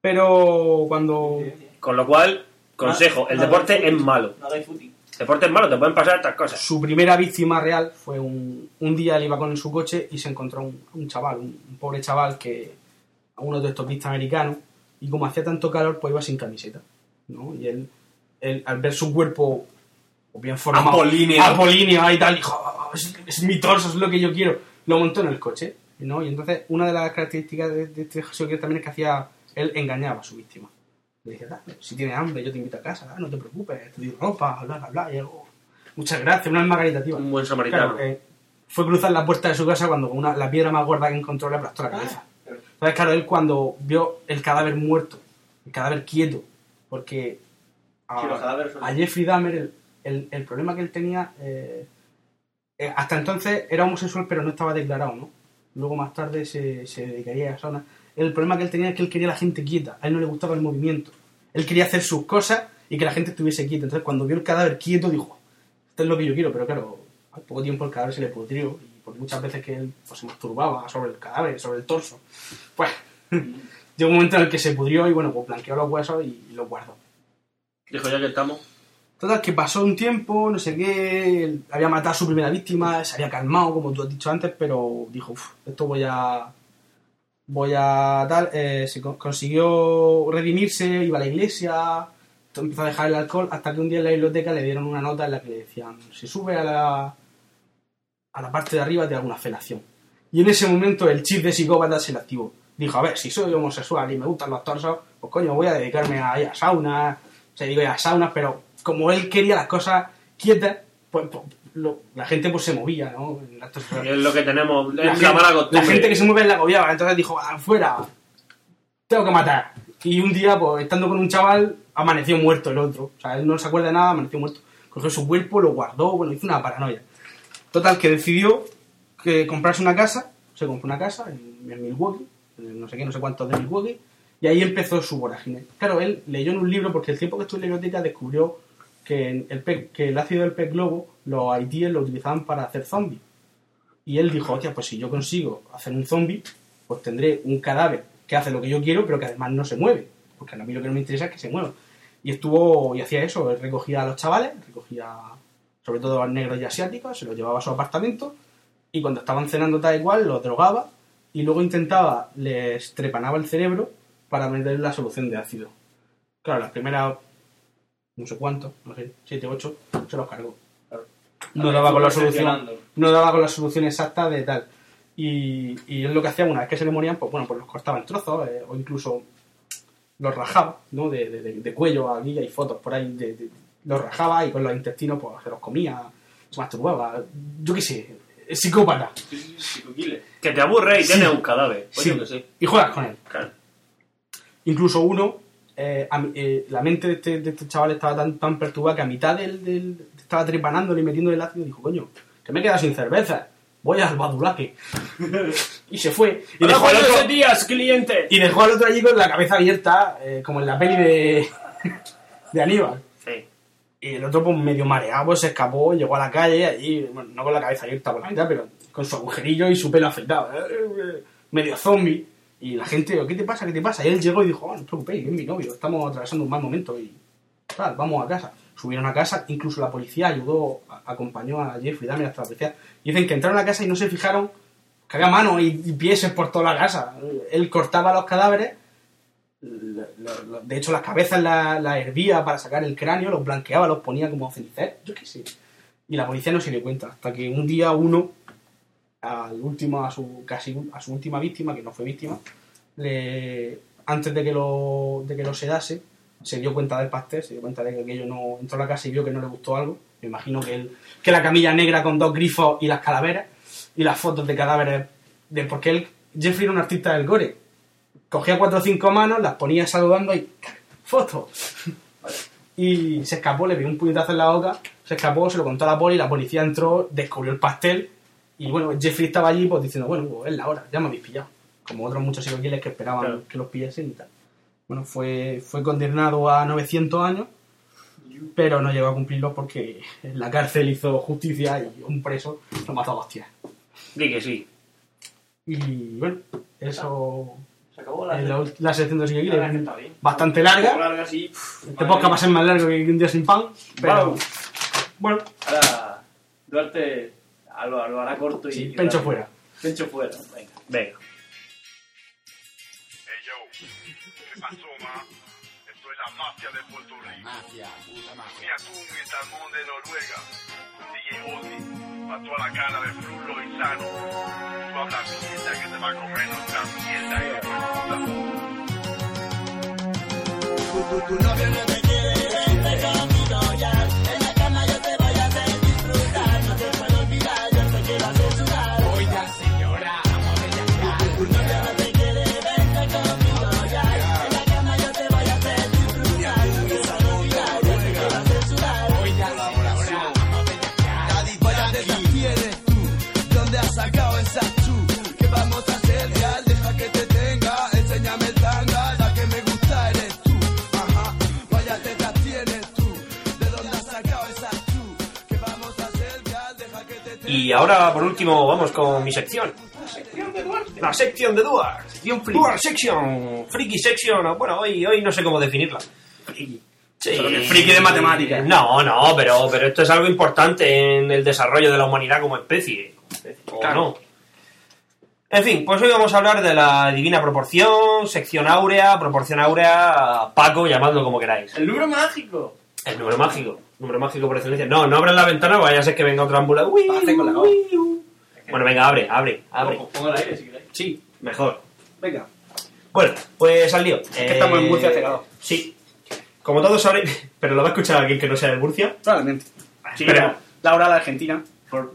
B: Pero cuando...
G: Con lo cual,
B: Ah,
G: consejo, el
F: no,
G: deporte
F: no,
G: es malo.
F: No hagáis footing.
G: El deporte es malo, te pueden pasar estas cosas.
B: Su primera víctima real fue un, un día él iba con su coche y se encontró un, un chaval, un, un pobre chaval que a un autoestopista americano y como hacía tanto calor pues iba sin camiseta, ¿no? Y él, él, al ver su cuerpo o bien formado,
G: Apolíneo.
B: apolíneo y tal, dijo, "Ah, es, es mi torso, es lo que yo quiero, lo montó en el coche, ¿no? Y entonces una de las características de, de este Jesús que también es que hacía, él engañaba a su víctima. Le dije, "Dale, si tienes hambre, yo te invito a casa, ah, no te preocupes, te doy ropa, bla, bla, bla. Y él, "Oh, muchas gracias, una alma caritativa.
G: Un
B: Claro,
G: buen samaritano.
B: eh, fue cruzar la puerta de su casa cuando con una, la piedra más gorda que encontró le
F: Ah,
B: aplastó la cabeza. Entonces, claro, él cuando vio el cadáver muerto, el cadáver quieto, porque a,
F: Sí, los cadáveres son-
B: a Jeffrey Dahmer el, el- el problema que él tenía, eh, eh, hasta entonces era homosexual pero no estaba declarado, ¿no? Luego más tarde se, se dedicaría a zona. El problema que él tenía es que él quería la gente quieta, a él no le gustaba el movimiento. Él quería hacer sus cosas y que la gente estuviese quieta. Entonces cuando vio el cadáver quieto dijo, esto es lo que yo quiero, pero claro, al poco tiempo el cadáver se le pudrió y por muchas veces que él pues, se masturbaba sobre el cadáver, sobre el torso, pues llegó un momento en el que se pudrió y bueno, pues blanqueó los huesos y los guardó.
G: Dijo ya que estamos.
B: Total, que pasó un tiempo, no sé qué, él había matado a su primera víctima, se había calmado, como tú has dicho antes, pero dijo, "Uf, esto voy a... voy a tal, eh, se con- consiguió redimirse, iba a la iglesia, t- empezó a dejar el alcohol, hasta que un día en la biblioteca le dieron una nota en la que le decían, si sube a la, a la parte de arriba te hago una felación. Y en ese momento el chip de psicópata se le activó. Dijo, a ver, si soy homosexual y me gustan los torsos, pues coño, voy a dedicarme a ir a saunas, o sea, digo, ir a saunas, pero como él quería las cosas quietas, pues, pues, lo- la gente pues se movía, ¿no? En las torsos.
G: Es lo que tenemos, es
B: La
G: la,
B: gente,
G: mala
B: la
G: costumbre.
B: gente que se mueve en la agobiaba, entonces dijo, afuera, tengo que matar. Y un día, pues, estando con un chaval, amaneció muerto el otro. O sea, él no se acuerda de nada, amaneció muerto. Cogió su cuerpo, lo guardó, bueno, hizo una paranoia. Total, que decidió que comprarse una casa, se compró una casa en, en Milwaukee, en no sé qué, no sé cuántos de Milwaukee, y ahí empezó su vorágine. Claro, él leyó en un libro, porque el tiempo que estuvo en la biblioteca descubrió que, en el, pez- que el ácido del pez globo, los haitíes lo utilizaban para hacer zombies. Y él dijo, hostia, pues si yo consigo hacer un zombie, pues tendré un cadáver que hace lo que yo quiero, pero que además no se mueve. Porque a mí lo que no me interesa es que se mueva. Y estuvo, y hacía eso, él recogía a los chavales, recogía sobre todo a negros y asiáticos, se los llevaba a su apartamento, y cuando estaban cenando tal y cual, los drogaba, y luego intentaba, les trepanaba el cerebro para meter la solución de ácido. Claro, las primeras, no sé cuántos, no sé, siete, ocho, se los cargó. No daba con la solución no daba con la solución exacta de tal. Y, y él lo que hacía una vez que se le morían, pues bueno, pues los cortaba en trozos eh, o incluso los rajaba, ¿no? De, de- de- de cuello, aquí hay fotos por ahí, de, de- los rajaba y con los intestinos pues se los comía, se masturbaba, yo qué sé, es psicópata.
G: Que te aburre y
B: Sí.
G: tienes un cadáver. Pues
B: Sí.
G: yo que sé.
B: Y juegas con él.
G: Claro.
B: Incluso uno, eh, a mi- eh, la mente de este, de este chaval estaba tan, tan perturbada que a mitad del, del- estaba trepanándole y metiéndole el ácido y dijo, coño, que me he quedado sin cerveza, voy al badulaque. y se fue. Y dejó, al otro,
G: días, cliente!
B: y dejó al otro allí con la cabeza abierta, eh, como en la peli de, de Aníbal.
G: Sí.
B: Y el otro, pues medio mareado, pues, se escapó, llegó a la calle, y bueno, no con la cabeza abierta por la mitad, pero con su agujerillo y su pelo afeitado. ¿eh? Medio zombie. Y la gente, "Oh, ¿qué te pasa? ¿Qué te pasa? Y él llegó y dijo, "Ah, no os preocupéis, es mi novio, estamos atravesando un mal momento y tal, vamos a casa. Subieron a casa, incluso la policía ayudó, a- acompañó a Jeffrey Dahmer hasta la policía. Y dicen que entraron a la casa y no se fijaron que había manos y, y pies por toda la casa. Él cortaba los cadáveres la- la- la- de hecho las cabezas las la hervía para sacar el cráneo, los blanqueaba, los ponía como cenicero, yo qué sé. Y la policía no se dio cuenta, hasta que un día uno, al último, a su casi a su última víctima, que no fue víctima, le, antes de que lo, de que lo sedase, se dio cuenta del pastel, se dio cuenta de que aquello no entró a la casa y vio que no le gustó algo. Me imagino que, el, que la camilla negra con dos grifos y las calaveras y las fotos de cadáveres de por qué el Jeffrey era un artista del gore. Cogía cuatro o cinco manos, las ponía saludando y ¡foto! Y se escapó, le dio un puñetazo en la boca, se escapó, se lo contó a la poli, la policía entró, descubrió el pastel y bueno, Jeffrey estaba allí pues diciendo, bueno, pues, es la hora, ya me habéis pillado. Como otros muchos psicoquiles que esperaban que los pillasen y tal. Bueno, fue, fue condenado a 900 años, pero no llegó a cumplirlo porque en la cárcel hizo justicia y un preso lo mató a hostias.
C: Di que sí.
B: Y bueno, eso
G: Se acabó la.
B: es la,
G: la
B: ul- la sección de
G: verdad
B: psicoquiles.
G: que está bien.
B: Bastante larga.
G: Larga, sí.
B: Este
G: Madre
B: podcast va
G: mía.
B: a ser más largo que un día sin pan, pero
G: Wow.
B: bueno,
G: Ahora, Duarte ah, lo, lo hará corto y.
B: sí,
G: y
B: pencho
G: rápido.
B: fuera.
G: Pencho fuera, venga.
C: Venga.
H: ¿Qué pasó, ma? Esto es la mafia de Puerto Rico. Mira tú, mi salmón de Noruega. DJ Ozzy mató a la cara de Fru Loizano. Tú hablas mierda que te va a comer nuestra mierda, hijo de puta.
I: Daddy, para de aquí. ¿Quién tú? ¿Dónde has sacado esa chu? ¿Qué vamos a hacer, real? Deja que te tenga, enséñame el tanga, la que me gusta eres tú. Ajá, vaya teta tienes tú. ¿De dónde has sacado esa chu? ¿Qué vamos a hacer, real? Deja que te tenga.
C: Y ahora, por último, vamos con mi sección. La sección de Duarte. La sección de Duarte. Duarte section. Friki section. Bueno, hoy, hoy no sé cómo definirla. Friki. Sí.
B: Solo que friki de matemáticas.
C: No, no, pero, pero esto es algo importante en el desarrollo de la humanidad como especie. ¿O
B: Claro.
C: no? En fin, pues hoy vamos a hablar de la divina proporción, sección áurea, proporción áurea, Paco, llamadlo como queráis.
G: ¡El libro mágico!
C: El número mágico. Número mágico por excelencia. No, no abras la ventana, vaya a ser que venga otra ambulancia. Uy,
B: Hace con la
C: uy, uy. Bueno, venga, abre, abre, abre.
G: Os Pongo el aire si queréis.
C: Sí, mejor.
B: Venga.
C: Bueno, pues al lío. que
B: estamos
G: Eh,
B: en Murcia cegados.
C: Sí. Como todos sabréis, pero lo va a escuchar alguien que no sea de Murcia.
B: Claramente.
C: Sí,
B: Pero, Laura, la argentina.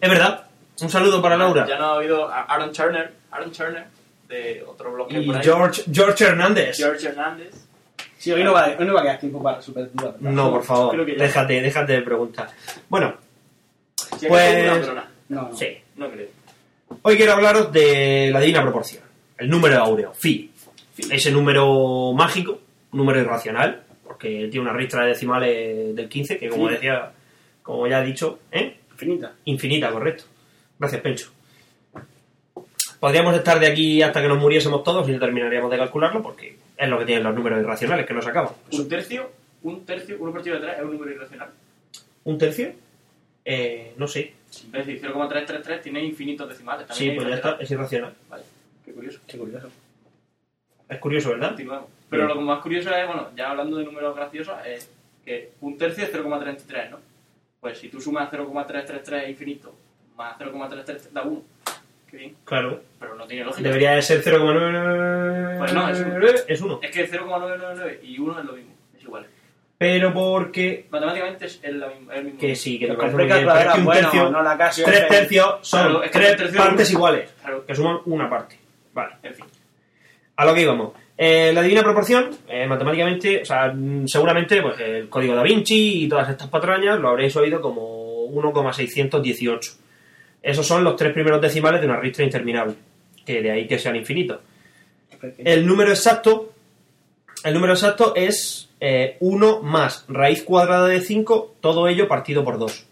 C: Es verdad. Un saludo para Laura.
G: Ya no ha oído a Aaron Turner. Aaron Turner, de otro bloque
C: Y
G: por ahí.
C: George, George Hernández.
G: George Hernández.
B: Sí, hoy no va, hoy no va a quedar tiempo para super duda. ¿verdad?
C: No, por favor,
G: Creo que ya.
C: déjate, déjate de preguntar. Bueno,
G: Si
C: Pues-
G: acaso una brona.
B: No, no.
C: sí.
G: No creo.
C: Hoy quiero hablaros de la divina proporción, el número áureo, phi. Ese número mágico, un número irracional, porque tiene una ristra de decimales del 15, que como
B: Sí.
C: decía, como ya he dicho, ¿eh?
B: Infinita.
C: infinita, correcto. Gracias, Pencho. Podríamos estar de aquí hasta que nos muriésemos todos y no terminaríamos de calcularlo, porque es lo que tienen los números irracionales, que no se acaban.
G: Un tercio, un tercio, uno partido de atrás es un número irracional.
C: ¿Un tercio? Eh, no sé.
G: Es decir, 0,333 tiene infinitos decimales.
C: Sí,
G: También
C: pues ya está, es irracional.
G: Qué curioso.
B: Qué curioso.
C: Es curioso, ¿verdad?
G: Continuamos. Pero
C: Bien.
G: lo más curioso es, bueno, ya hablando de números graciosos, es que un tercio es 0,33, ¿no? Pues si tú sumas 0,333 infinito más 0,333 da 1. Qué bien.
C: Claro.
G: Pero no tiene lógica.
C: Debería de ser 0,9.
G: Pues no, es uno.
C: es 1.
G: Es que 0,999 y 1 es lo mismo. Es igual.
C: Pero porque.
G: Matemáticamente es el, la misma- el mismo.
C: Que sí, que
B: Pero
C: me
B: con
C: parece muy bien. Pero es
B: calculadora,
C: que un
B: bueno,
C: tercio.
B: no la casi.
C: tres
B: pero-
C: tercios son
G: Claro, es que
C: tres
G: un tercio es
C: partes
G: uno.
C: iguales.
G: Claro.
C: Que suman una parte. Vale.
G: En fin.
C: A lo que íbamos. Eh, la divina proporción, eh, matemáticamente, o sea, mm, seguramente pues, el código da Vinci y todas estas patrañas lo habréis oído como 1,618. Esos son los tres primeros decimales de una ristra interminable, que de ahí que sean infinitos. El número exacto, el número exacto es 1 más raíz cuadrada de 5, todo ello partido por 2.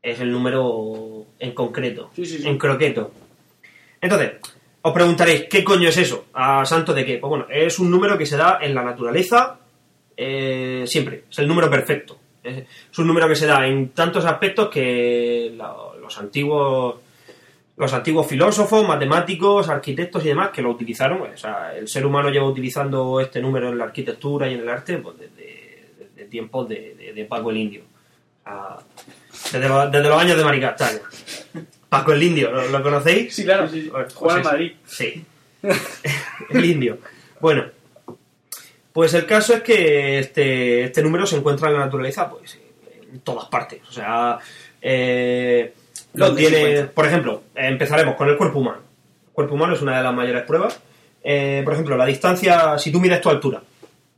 C: Es el número en concreto,
B: Sí, sí, sí.
C: en croqueto. Entonces, os preguntaréis, ¿qué coño es eso? ¿A santo de qué? Pues bueno, es un número que se da en la naturaleza eh, siempre. Es el número perfecto. Es, es un número que se da en tantos aspectos que la- los antiguos los antiguos filósofos, matemáticos, arquitectos y demás que lo utilizaron. O sea, el ser humano lleva utilizando este número en la arquitectura y en el arte pues, desde, desde tiempos de, de- de Paco el Indio. O sea, desde, los- desde los años de Maricastaña. Paco el Indio, ¿lo, lo conocéis?
B: Sí, claro.
C: Bueno, pues
B: Juega en
C: eso.
B: Madrid.
C: Sí. el indio. Bueno, pues el caso es que este, este número se encuentra en la naturaleza, pues, en todas partes. O sea, eh, lo
B: ¿Dónde se
C: tiene.
G: eh,
B: encuentra?
C: Por ejemplo, empezaremos con el cuerpo humano.
G: cuerpo humano es una de las mayores pruebas. Eh, por ejemplo, la distancia, si tú mides tu altura,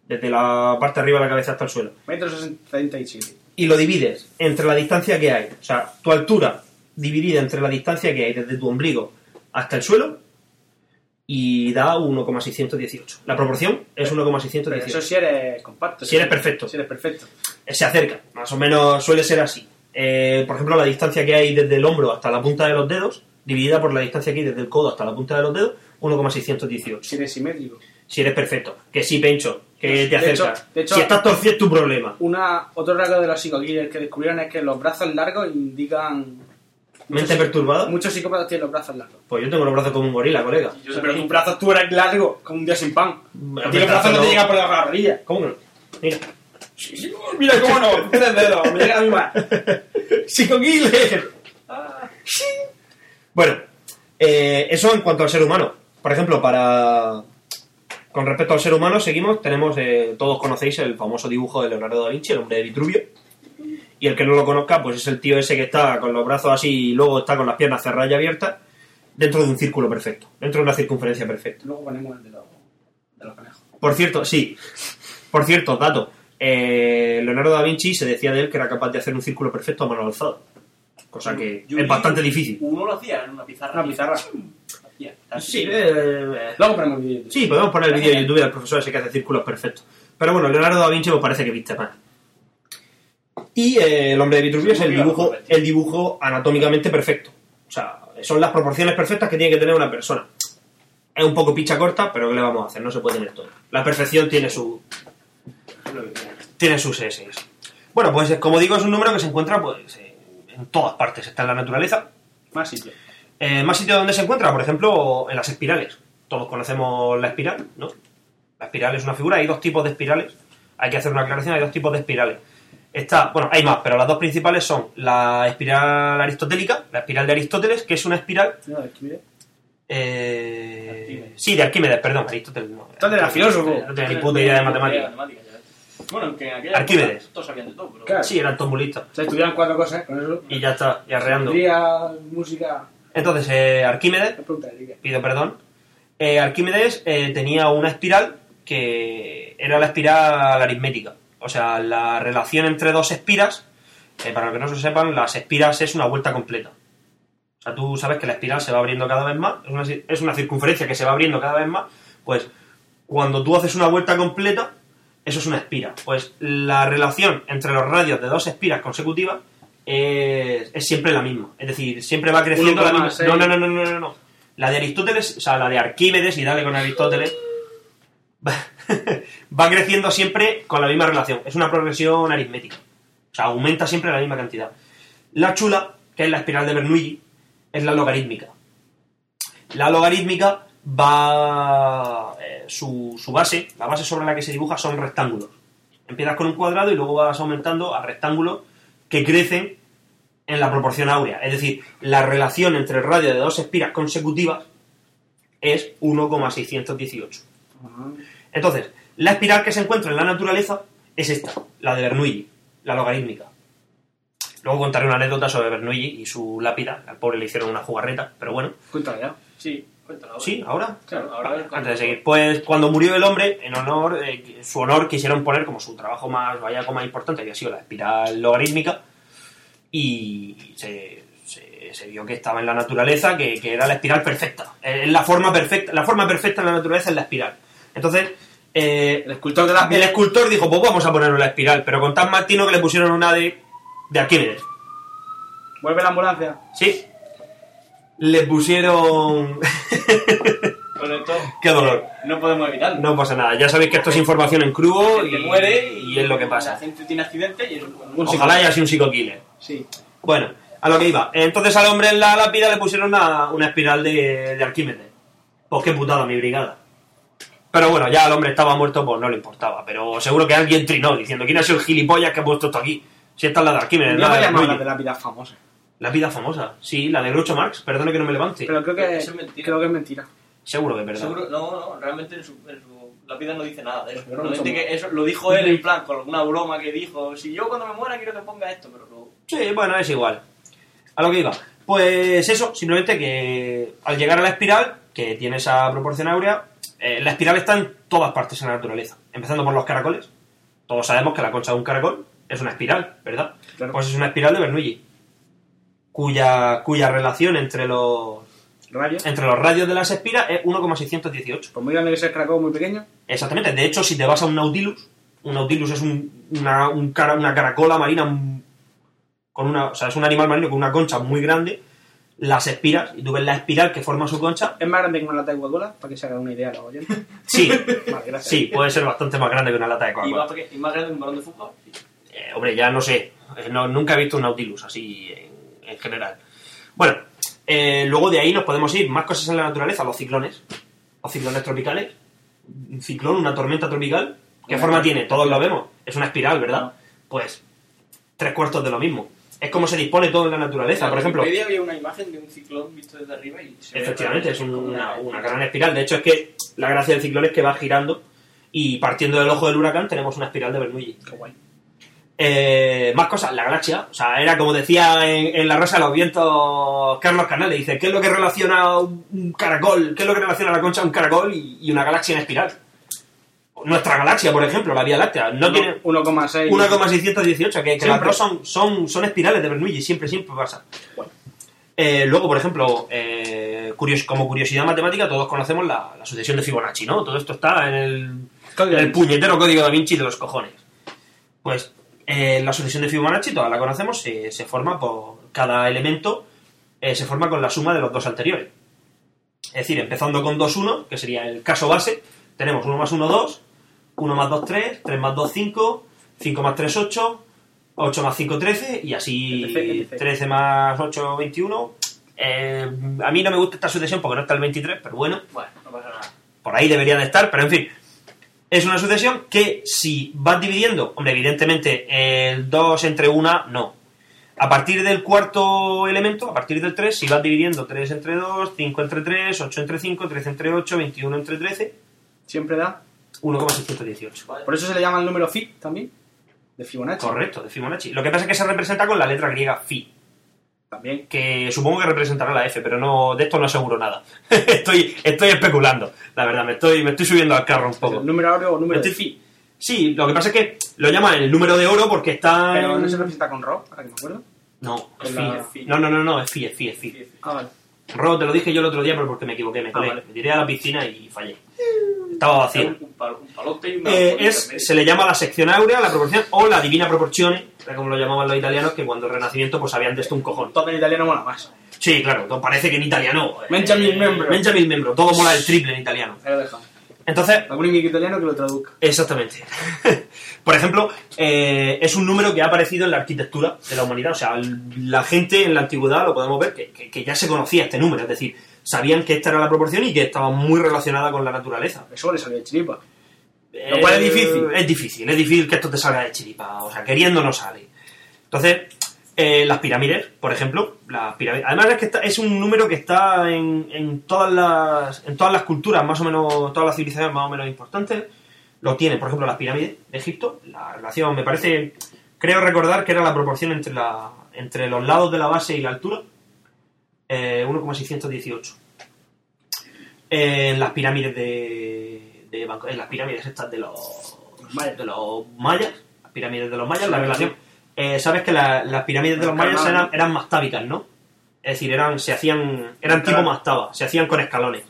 G: desde la parte de arriba de la cabeza hasta el suelo,
B: Metro 77.
G: y lo divides entre la distancia que hay, o sea, tu altura dividida entre la distancia que hay desde tu ombligo hasta el suelo, y da 1,618. La proporción es
B: Pero
G: 1,618.
B: eso si eres compacto.
G: Si eres perfecto.
B: Si eres perfecto.
G: se acerca, más o menos suele ser así. Eh, por ejemplo, la distancia que hay desde el hombro hasta la punta de los dedos, dividida por la distancia que hay desde el codo hasta la punta de los dedos, 1,618.
B: Si eres simétrico.
G: Si eres perfecto, que sí, Pencho, que te
B: Pues, De hecho-
G: acercas.
B: de hecho-
G: si estás torcido es tu problema.
B: Una, otro rasgo de los psicoquiles que descubrieron es que los brazos largos indican...
G: ¿Mente perturbada?
B: Muchos psicópatas tienen los brazos largos.
G: Pues yo tengo los brazos como un gorila, colega.
B: Yo pero tus brazos tú eres largo, como un día sin pan. A ti los brazos no te
G: no.
B: llegan por debajo de la rodilla.
G: ¿Cómo que no? Mira.
B: Mira cómo no, tres dedos, me llega a mí más.
G: ¡Psicoquiler! bueno, eh, eso en cuanto al ser humano. Por ejemplo, para. Con respecto al ser humano, seguimos, tenemos, eh, todos conocéis el famoso dibujo de Leonardo da Vinci, el hombre de Vitruvio. Y el que no lo conozca, pues es el tío ese que está con los brazos así y luego está con las piernas cerradas y abiertas, dentro de un círculo perfecto, dentro de una circunferencia perfecta.
B: Luego ponemos el de los, de los conejos.
G: Por cierto, sí. Por cierto, dato. Eh, Leonardo da Vinci se decía de él que era capaz de hacer un círculo perfecto a mano alzada. Cosa que
F: Yo-
G: es bastante difícil.
F: Uno lo hacía en una pizarra.
B: Una pizarra.
F: Lo hacía, tal.
G: Sí, eh,
B: Luego ponemos el vídeo.
G: sí, podemos poner el vídeo de YouTube del profesor ese que hace círculos perfectos. Pero bueno, Leonardo da Vinci pues parece que viste más. Y eh, el hombre de Vitruvio es el dibujo, el dibujo anatómicamente perfecto. O sea, son las proporciones perfectas que tiene que tener una persona. Es un poco picha corta, pero ¿qué le vamos a hacer? No se puede tener todo. La perfección tiene su, tiene sus S. Bueno, pues eh, como digo, es un número que se encuentra pues, eh, en todas partes. Está en la naturaleza.
B: Más sitios.
G: Eh, más sitio donde se encuentra, por ejemplo, en las espirales. Todos conocemos la espiral, ¿no? La espiral es una figura, hay dos tipos de espirales. Hay que hacer una aclaración, hay dos tipos de espirales. Está, bueno, hay más, pero las dos principales son la espiral aristotélica, la espiral de Aristóteles, que es una espiral.
B: No, es que mira.
G: eh,
F: Arquímedes.
G: sí, de Arquímedes, perdón, Aristóteles no.
B: Entonces era filósofo.
G: No tenía ni puta idea de matemáticas.
F: ya ves. Bueno, que en aquella
G: Arquímedes.
F: época todos sabían de todo, pero...
B: Claro.
G: Sí, eran tombulistas.
B: Se estudiaban cuatro cosas, con eso.
G: Y ya está, y arreando.
B: Tendría música.
G: Entonces, eh, Arquímedes,
B: La pregunta de Lidia.
G: pido perdón, eh, Arquímedes eh, tenía una espiral que era la espiral aritmética. O sea, la relación entre dos espiras, eh, para los que no se sepan, las espiras es una vuelta completa. O sea, tú sabes que la espiral se va abriendo cada vez más, es una, ci- es una circunferencia que se va abriendo cada vez más, pues cuando tú haces una vuelta completa, eso es una espira. Pues la relación entre los radios de dos espiras consecutivas es, es siempre la misma. Es decir, siempre va creciendo la misma.
B: 1,6.
G: No, no, no, no, no, no, no. La de Aristóteles, o sea, la de Arquímedes, y dale con Aristóteles, va, va creciendo siempre con la misma relación. Es una progresión aritmética. O sea, aumenta siempre la misma cantidad. La chula, que es la espiral de Bernoulli, es la logarítmica. La logarítmica va. eh, su, su base, la base sobre la que se dibuja son rectángulos. Empiezas con un cuadrado y luego vas aumentando a rectángulos que crecen en la proporción áurea. Es decir, la relación entre el radio de dos espiras consecutivas es 1,618. Entonces, la espiral que se encuentra en la naturaleza es esta, la de Bernoulli, la logarítmica. Luego contaré una anécdota sobre Bernoulli y su lápida. Al pobre le hicieron una jugarreta, pero bueno.
B: Cuéntala ya.
F: Sí, cuéntalo. ahora.
G: Sí, ahora.
F: Claro, ahora
G: Vale,
F: es cuando-
G: antes de seguir. Pues cuando murió el hombre, en honor, eh, su honor quisieron poner como su trabajo más vaya más importante, había sido la espiral logarítmica, y se, se- se vio que estaba en la naturaleza, que, que era la espiral perfecta. Eh, Es la forma perfecta. La forma perfecta en la naturaleza es la espiral. Entonces, eh,
B: El escultor de las
G: el escultor dijo, pues vamos a poner una espiral, pero con tan mal tino que le pusieron una de, de Arquímedes.
B: Vuelve la ambulancia.
G: ¿Sí? Le pusieron...
F: Bueno, esto
G: ¡Qué dolor!
F: no podemos evitarlo.
G: No pasa nada, ya sabéis que esto es información en crudo
F: La gente
G: y,
F: muere
G: y es lo que
F: La
G: pasa.
F: gente tiene accidente y es un
G: Ojalá haya sido un psico-killer.
B: Sí.
G: Bueno, a lo que iba. Entonces al hombre en la lápida le pusieron una, una espiral de, de Arquímedes. Pues qué putada mi brigada. Pero bueno, ya el hombre estaba muerto, pues no le importaba. Pero seguro que alguien trinó diciendo, ¿quién ha sido el gilipollas que ha puesto esto aquí? Si esta es la de Arquímedes,
B: Yo
G: la
B: voy a
G: de
B: llamar la
G: Bernoulli.
B: de la vida famosa.
G: La vida famosa, sí, la de Groucho Marx, perdone que no me levante.
B: Pero creo que,
F: Eso es mentira.
B: creo que es mentira.
G: Seguro que es verdad.
F: Seguro, no, no, realmente en su, en su- la vida no dice nada de eso.
B: Pero no
F: Realmente
B: somos-
F: que eso lo dijo él en plan con alguna broma que dijo, si yo cuando me muera quiero que ponga esto, pero luego
G: Sí, bueno, es igual. A lo que iba. Pues eso, simplemente que al llegar a la espiral, que tiene esa proporción áurea, eh, la espiral está en todas partes en la naturaleza. Empezando por los caracoles. Todos sabemos que la concha de un caracol es una espiral, ¿verdad?
C: Claro.
G: Pues es una espiral de Bernoulli, cuya, cuya relación entre los,
B: Rayos.
G: entre los radios de las espiras es 1,618.
B: Pues muy grande que sea el caracol muy pequeño.
G: Exactamente. De hecho, si te vas a un Nautilus, un Nautilus es un- una, un cara- una caracola marina mm, con una, o sea, es un animal marino con una concha muy grande. Las espiras, y tú ves la espiral que forma su concha.
B: Es más grande que una lata de Coca-Cola, para que se haga una idea a los oyentes.
G: Sí,
B: Vale, gracias.
G: sí, puede ser bastante más grande que una lata de
F: Y
G: Coca-Cola.
F: más, peque- y más grande que un balón de fútbol. Sí.
G: Eh, hombre, ya no sé. Eh, no- nunca he visto un Nautilus así en, en general. Bueno, eh, luego de ahí nos podemos ir. Más cosas en la naturaleza, los ciclones. Los ciclones tropicales. Un ciclón, una tormenta tropical. ¿Qué
F: Una
G: forma
F: tormenta.
G: tiene? Todos lo vemos. Es una espiral, ¿verdad? Pues tres cuartos de lo mismo. Es como se dispone todo en la naturaleza. Por ejemplo,
F: En Wikipedia había una imagen de un ciclón visto desde arriba y se ve
G: Efectivamente, es
F: como
G: una, una gran espiral. De hecho, es que la gracia del ciclón es que va girando y partiendo del ojo del huracán tenemos una espiral de Bernoulli. Qué guay. más cosas, la galaxia. O sea, era como decía en, en La Rosa de los Vientos Carlos Canales. Dice, ¿qué es lo que relaciona un un caracol? ¿Qué es lo que relaciona la concha a un caracol y, y una galaxia en espiral? Nuestra galaxia, por ejemplo, la Vía Láctea, no tiene...
B: 1,6.
G: 1,618, que, que las
B: Siempre.
G: dos son, son, son espirales de Bernoulli, siempre, siempre pasa. Eh, luego, por ejemplo, eh, curios- como curiosidad matemática, todos conocemos la, la sucesión de Fibonacci, ¿no? Todo esto está en el, en el puñetero código da Vinci de los cojones. Pues eh, la sucesión de Fibonacci, todas la conocemos, se, se forma por cada elemento, eh, se forma con la suma de los dos anteriores. Es decir, empezando con 2, 1, que sería el caso base, tenemos 1 más 1, 2, 1 más 2, 3, 3 más 2, 5, 5 más 3, 8, 8 más 5, 13, y
B: Etc,
G: así
B: etc.
G: 13 más 8, 21. Eh, a mí no me gusta esta sucesión porque no está el 23, pero bueno,
F: Bueno, no pasa nada.
G: por ahí debería de estar, pero en fin. Es una sucesión que si vas dividiendo, hombre, evidentemente el 2 entre 1, no. A partir del cuarto elemento, a partir del 3, si vas dividiendo 3 entre 2, 5 entre 3, 8 entre 5, 13 entre 8, 21 entre 13,
B: Siempre da.
G: 1,618.
B: Por eso se le llama el número phi también. De Fibonacci.
G: Correcto, de Fibonacci. Lo que pasa es que se representa con la letra griega phi,
B: También.
G: que supongo que representará la F, pero no de esto no aseguro nada. estoy, estoy especulando, la verdad, me estoy, me estoy subiendo al carro un poco. Este
B: El número áureo o número
G: Estoy-
B: de phi.
G: Sí, lo que pasa es que lo llaman el número de oro porque está.
B: Pero no se representa con Ro, ahora que me acuerdo.
G: No, es
B: con la-
G: fi, es fi. No, no, no, no, es fi, es fi, es fi.
B: Ah, vale.
G: Ro, te lo dije yo el otro día, pero porque me equivoqué,
F: Ah,
G: me colé.
B: vale.
G: Me tiré a la piscina y fallé. Estaba vacío.
F: Un, un palo- un palote y una.
G: Eh,
F: bolita en
G: es,
F: medio.
G: se le llama la sección áurea, la proporción, o la divina proporción, como lo llamaban los italianos, que cuando el Renacimiento pues habían de esto un cojón.
B: Todo en italiano mola más.
G: Sí, claro, no, parece que en italiano... eh,
B: Mencha mil membro.
G: Mencha mil membro, todo mola el triple en italiano.
B: Ahí lo dejamos.
G: Entonces,
B: Algún inglés italiano que lo traduzca.
G: Exactamente. Por ejemplo, eh, es un número que ha aparecido en la arquitectura de la humanidad. O sea, l- la gente en la antigüedad lo podemos ver que, que- que ya se conocía este número. Es decir, sabían que esta era la proporción y que estaba muy relacionada con la naturaleza.
B: Eso le salió de chiripa.
G: Lo
B: cual es difícil.
G: Es difícil, es difícil que esto te salga de chiripa. O sea, queriendo no sale. Entonces, eh, las pirámides, por ejemplo, las pirámides. Además es que está- es un número que está en, en todas las. en todas las culturas, más o menos, todas las civilizaciones más o menos importantes. Lo tienen, por ejemplo, las pirámides de Egipto. La relación, me parece. Creo recordar que era la proporción entre la. entre los lados de la base y la altura. eh, 1,618. Eh, en las pirámides de. de Bangkok- en las pirámides estas de los.
B: mayas.
G: de los mayas. Las pirámides de los mayas, la relación. Eh, Sabes que la- las pirámides de los mayas eran, eran mastábicas, ¿no? Es decir, eran, se hacían. eran tipo mastaba, se hacían con escalones.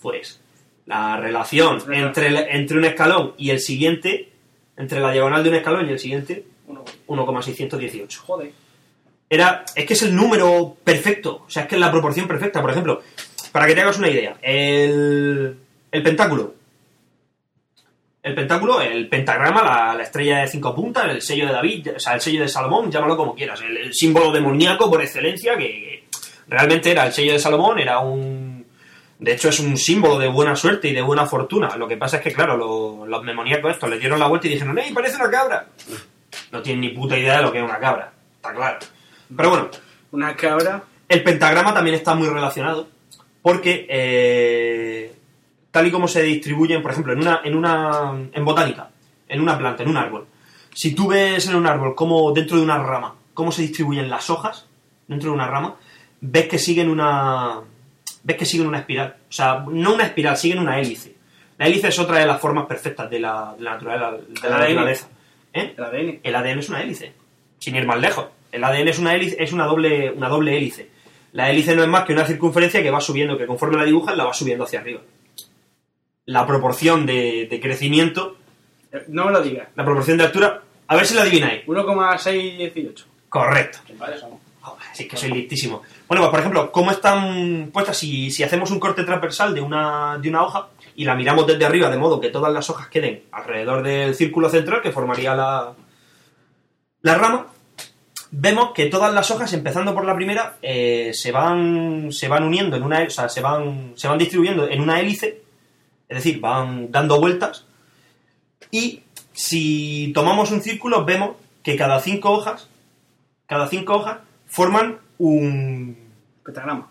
G: Pues, la relación entre, el- entre un escalón y el siguiente, entre la diagonal de un escalón y el siguiente,
F: Uno.
G: 1,618
B: Joder.
G: era es que es el número perfecto o sea es que es la proporción perfecta por ejemplo para que te hagas una idea el, el pentáculo el pentáculo el pentagrama la, la estrella de cinco puntas el sello de David o sea el sello de Salomón llámalo como quieras el, el símbolo demoníaco por excelencia que, que realmente era el sello de Salomón era un de hecho es un símbolo de buena suerte y de buena fortuna lo que pasa es que claro lo- los demoníacos estos le dieron la vuelta y dijeron ¡Ey, parece una cabra! no tienen ni puta idea de lo que es una cabra está claro pero bueno,
B: Una cabra.
G: el pentagrama también está muy relacionado porque eh, tal y como se distribuyen, por ejemplo, en una, en una en botánica, en una planta, en un árbol. Si tú ves en un árbol como dentro de una rama, cómo se distribuyen las hojas dentro de una rama, ves que siguen una ves que siguen una espiral. O sea, no una espiral, siguen una hélice. La hélice es otra de las formas perfectas de la, de la naturaleza. De la
F: ADN.
G: naturaleza. ¿Eh?
F: El ADN.
G: El ADN es una hélice, sin ir más lejos. El ADN es una hélice, es una doble, una doble hélice. La hélice no es más que una circunferencia que va subiendo, que conforme la dibujas la va subiendo hacia arriba. La proporción de, de crecimiento,
F: Eh, No me lo digas.
G: la proporción de altura, a ver si la adivináis.
F: 1,618.
G: Correcto.
F: Vale, somos.
G: Joder, sí que soy listísimo. Bueno, pues por ejemplo, ¿cómo están puestas si, si hacemos un corte transversal de una, de una hoja y la miramos desde arriba, de modo que todas las hojas queden alrededor del círculo central que formaría la, la rama? Vemos que todas las hojas, empezando por la primera, eh, se van se van uniendo en una, o sea, se van, se van distribuyendo en una hélice, es decir, van dando vueltas y si tomamos un círculo, vemos que cada cinco hojas, cada cinco hojas, forman un.
F: Pentagrama.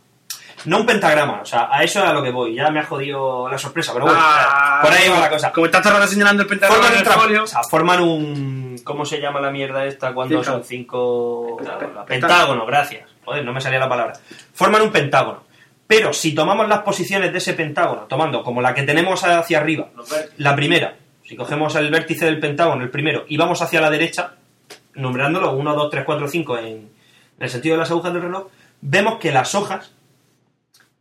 G: No un pentagrama, o sea, a eso es a lo que voy. Ya me ha jodido la sorpresa, pero bueno,
C: Ah.
G: o sea, por ahí va la cosa.
F: Ah, Como estás cerrando señalando el pentagrama
G: Forman
F: en
G: un
F: el
G: tra-
F: folio.
G: o sea, forman un. ¿Cómo se llama la mierda esta cuando
F: Círculo.
G: son cinco.
F: Pentágono.
G: Pentágono, gracias. Joder, no me salía la palabra. Forman un pentágono. Pero si tomamos las posiciones de ese pentágono, tomando como la que tenemos hacia arriba,
F: Los vértices.
G: la primera, si cogemos el vértice del pentágono, el primero, y vamos hacia la derecha, nombrándolo 1, 2, 3, 4, 5 en, en el sentido de las agujas del reloj, vemos que las hojas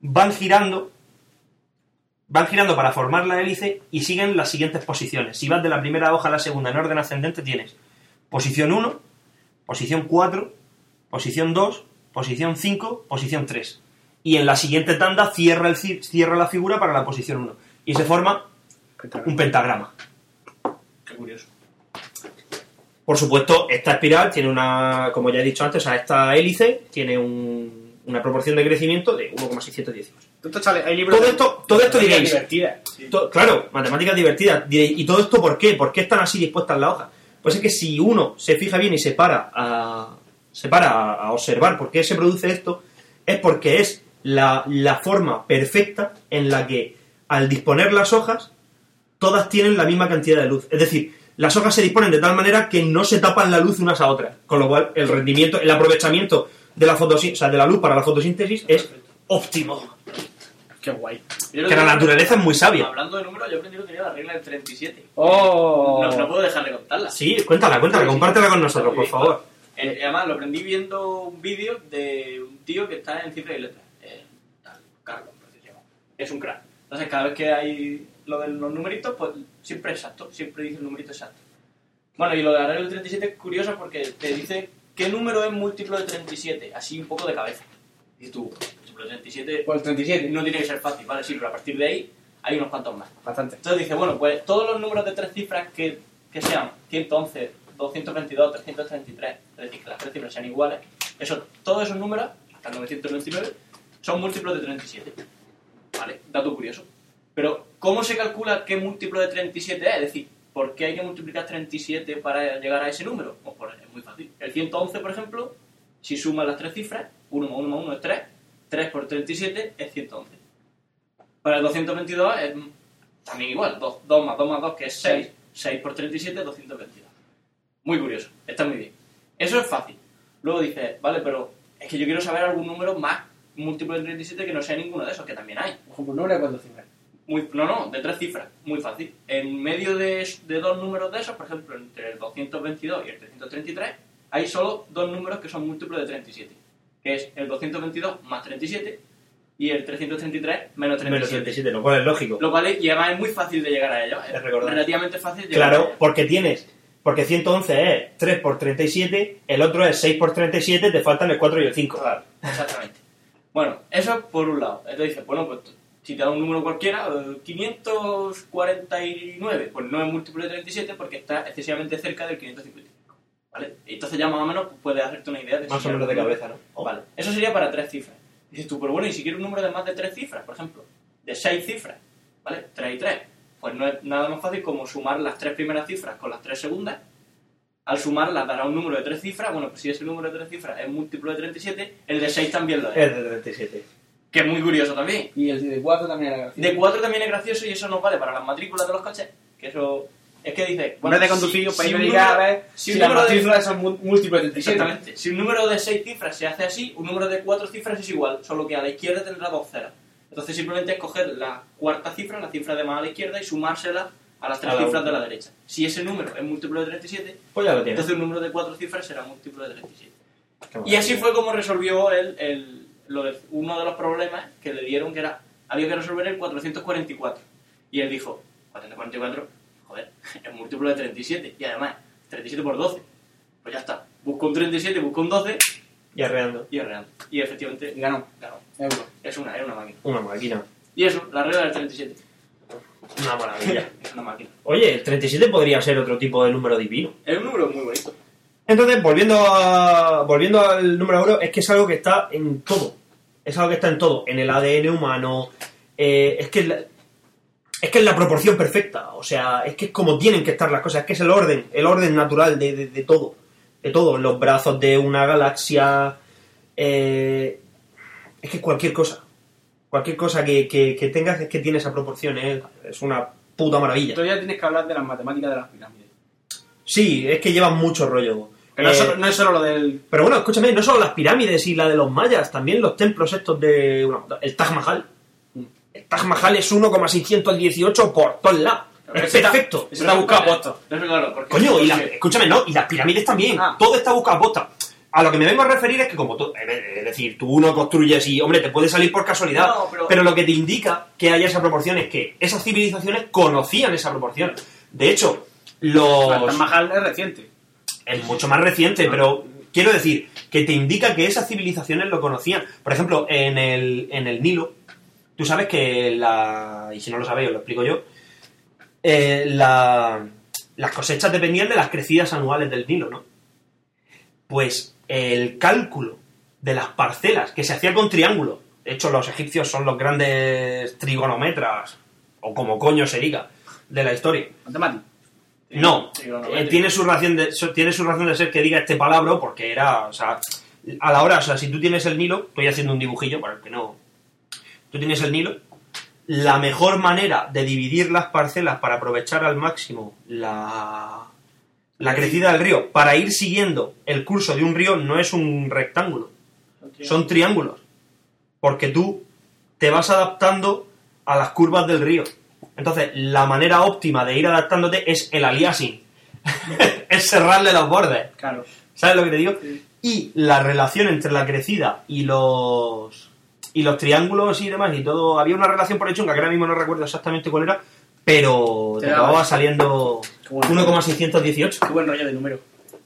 G: van girando, van girando para formar la hélice y siguen las siguientes posiciones. Si vas de la primera hoja a la segunda en orden ascendente, tienes posición 1, posición 4, posición 2, posición 5, posición 3. Y en la siguiente tanda cierra, el, ci- cierra la figura para la posición 1. Y se forma un pentagrama.
F: Qué curioso.
G: Por supuesto, esta espiral tiene una, como ya he dicho antes, o sea, esta hélice tiene un- una proporción de crecimiento de 1,618.
F: Tú te sales, hay libros
G: Todo
F: de-
G: esto, todo esto
F: Matemáticas
G: diréis,
F: divertidas.
G: to- claro, matemáticas divertidas, diréis, ¿y todo esto por qué? ¿Por qué están así dispuestas las hojas? Pues es que si uno se fija bien y se para a, se para a- a observar por qué se produce esto, es porque es la, la forma perfecta en la que al disponer las hojas todas tienen la misma cantidad de luz. Es decir, las hojas se disponen de tal manera que no se tapan la luz unas a otras. Con lo cual, el rendimiento, el aprovechamiento de la fotosíntesis, o sea, de la luz para la fotosíntesis es óptimo.
F: Qué guay.
G: Que la naturaleza es muy sabia.
F: Hablando de números, yo he aprendido que tenía la regla del 37.
B: ¡Oh!
F: No, no puedo dejar de contarla.
G: Sí, cuéntala, cuéntala, compártela con nosotros, por favor.
F: Eh, además, lo aprendí viendo un vídeo de un tío que está en cifras y letras. Eh, Carlos, por decirlo. Es un crack. Entonces, cada vez que hay lo de los numeritos, pues siempre es exacto. Siempre dice el numerito exacto. Bueno, y lo de la regla del 37 es curioso porque te dice qué número es múltiplo de 37. Así un poco de cabeza. Y tú, múltiplo de 37
B: Por Pues el 37.
F: no tiene que ser fácil, ¿vale? Sí, pero a partir de ahí hay unos cuantos más.
B: Bastante.
F: Entonces dice, bueno, pues todos los números de tres cifras que, que sean 111, 222, 333, es decir, que las tres cifras sean iguales, eso, todos esos números, hasta el 999, son múltiplos de 37. ¿Vale? Dato curioso. Pero, ¿cómo se calcula qué múltiplo de 37 es? Es decir, ¿por qué hay que multiplicar 37 para llegar a ese número? Pues por- es muy fácil. El 111, por ejemplo, si sumas las tres cifras, 1 más 1 más 1 es 3, 3 por 37 es 111. Para el 222 es mm, también igual, 2, más 2 más 2 que es 6, 6 por 37 es 222. Muy curioso, está muy bien. Eso es fácil. Luego dices, vale, pero es que yo quiero saber algún número más múltiplo de 37 que no sea ninguno de esos, que también hay.
B: Ojo, pues por número de cuatro cifras.
F: Muy, no, no, de tres cifras, muy fácil. En medio de, de dos números de esos, por ejemplo, entre el 222 y el 333, hay solo dos números que son múltiplos de 37, que es el 222 más 37 y el 333 menos 37.
G: Menos 37, lo cual es lógico.
F: Lo cual es, y además es muy fácil de llegar a ello.
G: Es recordar.
F: relativamente fácil llegar a
G: Claro,
F: ello.
G: porque tienes, porque 111 es 3 por 37, el otro es 6 por 37, te faltan el 4 y el 5.
F: Exactamente. Bueno, eso por un lado. Entonces dices, bueno, pues si te da un número cualquiera, eh, 549, pues no es múltiplo de 37 porque está excesivamente cerca del 555. ¿Vale? Y entonces ya más o menos puedes hacerte una idea de
G: Más
F: si
G: o menos de
F: algún-
G: cabeza, ¿no?
F: Oh, Vale. Eso sería para tres cifras. Dices tú, pero bueno, y si quiero un número de más de tres cifras, por ejemplo, de seis cifras, ¿vale? Tres y tres. Pues no es nada más fácil como sumar las tres primeras cifras con las tres segundas. Al sumarlas dará un número de tres cifras. Bueno, pues si ese número de tres cifras es múltiplo de 37, el de 6 también lo es.
G: Es de 37.
F: Que es muy curioso también.
B: Y el de 4 también era gracioso.
F: De 4 también es gracioso y eso nos vale para las matrículas de los coches. Que eso es que dice.
B: Bueno, de
F: si-
B: conducir
F: si
B: para ir
F: un
B: a
F: número-
B: ligar, si,
F: si un
B: las
F: número de-
B: matrículas son mu- múltiples de 37.
F: Exactamente. Si un número de seis cifras se hace así, un número de cuatro cifras es igual, solo que a la izquierda tendrá dos ceros. Entonces simplemente es coger la cuarta cifra, la cifra de más a la izquierda, y sumársela a las tres
A: A la
F: cifras de
A: última.
F: la derecha. Si ese número es múltiplo de 37,
A: Pues ya lo tienes.
F: entonces un número de cuatro cifras será múltiplo de 37.
A: Qué
F: Y
A: maravilla.
F: así fue como resolvió el, el- lo de- uno de los problemas que le dieron, que era, había que resolver el 444. Y él dijo, 444, joder, es múltiplo de 37. Y además, 37 por 12. Pues ya está. Busco un 37, busco un 12
G: Y arreando.
F: y es real. Y efectivamente,
B: Ganó.
F: ganó.
B: Euro.
F: Es una, era una máquina.
G: Una máquina.
F: Y eso, la regla del 37.
G: Una maravilla.
F: Es una máquina.
G: Oye, el 37 podría ser otro tipo de número divino.
F: Es un número muy bonito.
G: Entonces, volviendo, a, volviendo al número euro, es que es algo que está en todo. Es algo que está en todo. En el ADN humano. eh, es que es la, es que es la proporción perfecta. O sea, es que es como tienen que estar las cosas. Es que es el orden, el orden natural de, de- de todo. De todo. Los brazos de una galaxia. eh, es que cualquier cosa. Cualquier cosa que, que- que tengas es que tiene esa proporción. ¿eh? Es una puta maravilla.
B: Todavía tienes que hablar de las matemáticas de las pirámides.
G: Sí, es que llevan mucho rollo.
B: Que no,
G: Eh,
B: es solo, no es solo lo del.
G: Pero bueno, escúchame, no solo las pirámides y la de los mayas, también los templos estos de... bueno, el Taj Mahal. El Taj Mahal es 1,618 por todos lados. Es
B: Ese está-
G: perfecto.
B: ese está buscado a posta.
F: Eso claro, porque...
G: Coño, y las,
F: porque-
G: escúchame, no, y las pirámides también.
B: Ah.
G: Todo está buscado a posta. A lo que me vengo a referir es que como tú, eh, es decir, tú no construyes y, hombre, te puede salir por casualidad,
F: No, pero-
G: pero... lo que te indica que haya esa proporción es que esas civilizaciones conocían esa proporción. De hecho, los...
B: El Taj Mahal es reciente.
G: Es mucho más reciente, pero quiero decir que te indica que esas civilizaciones lo conocían. Por ejemplo, en el, en el Nilo, tú sabes que la. Y si no lo sabéis, os lo explico yo. eh, la- las cosechas dependían de las crecidas anuales del Nilo, ¿no? Pues el cálculo de las parcelas, que se hacía con triángulos. De hecho, los egipcios son los grandes trigonometras, o como coño se diga, de la historia.
B: Matemáticas.
G: No,
F: Trigonometría.
G: eh, tiene, su razón de, su- tiene su razón de ser que diga este palabra porque era, o sea, a la hora, o sea, si tú tienes el Nilo, estoy haciendo un dibujillo para el que no... Tú tienes el Nilo, la mejor manera de dividir las parcelas para aprovechar al máximo la, la crecida del río, para ir siguiendo el curso de un río, no es un rectángulo, son triángulos, porque tú te vas adaptando a las curvas del río. Entonces, la manera óptima de ir adaptándote es el aliasing. es cerrarle los bordes.
B: Claro.
G: ¿Sabes lo que te digo?
F: Sí.
G: Y la relación entre la crecida y los y los triángulos y demás y todo, había una relación por hecho que ahora mismo no recuerdo exactamente cuál era, pero te
B: Te daba-
G: acababa saliendo
B: bueno.
G: 1,618.
B: Qué buen rollo de número.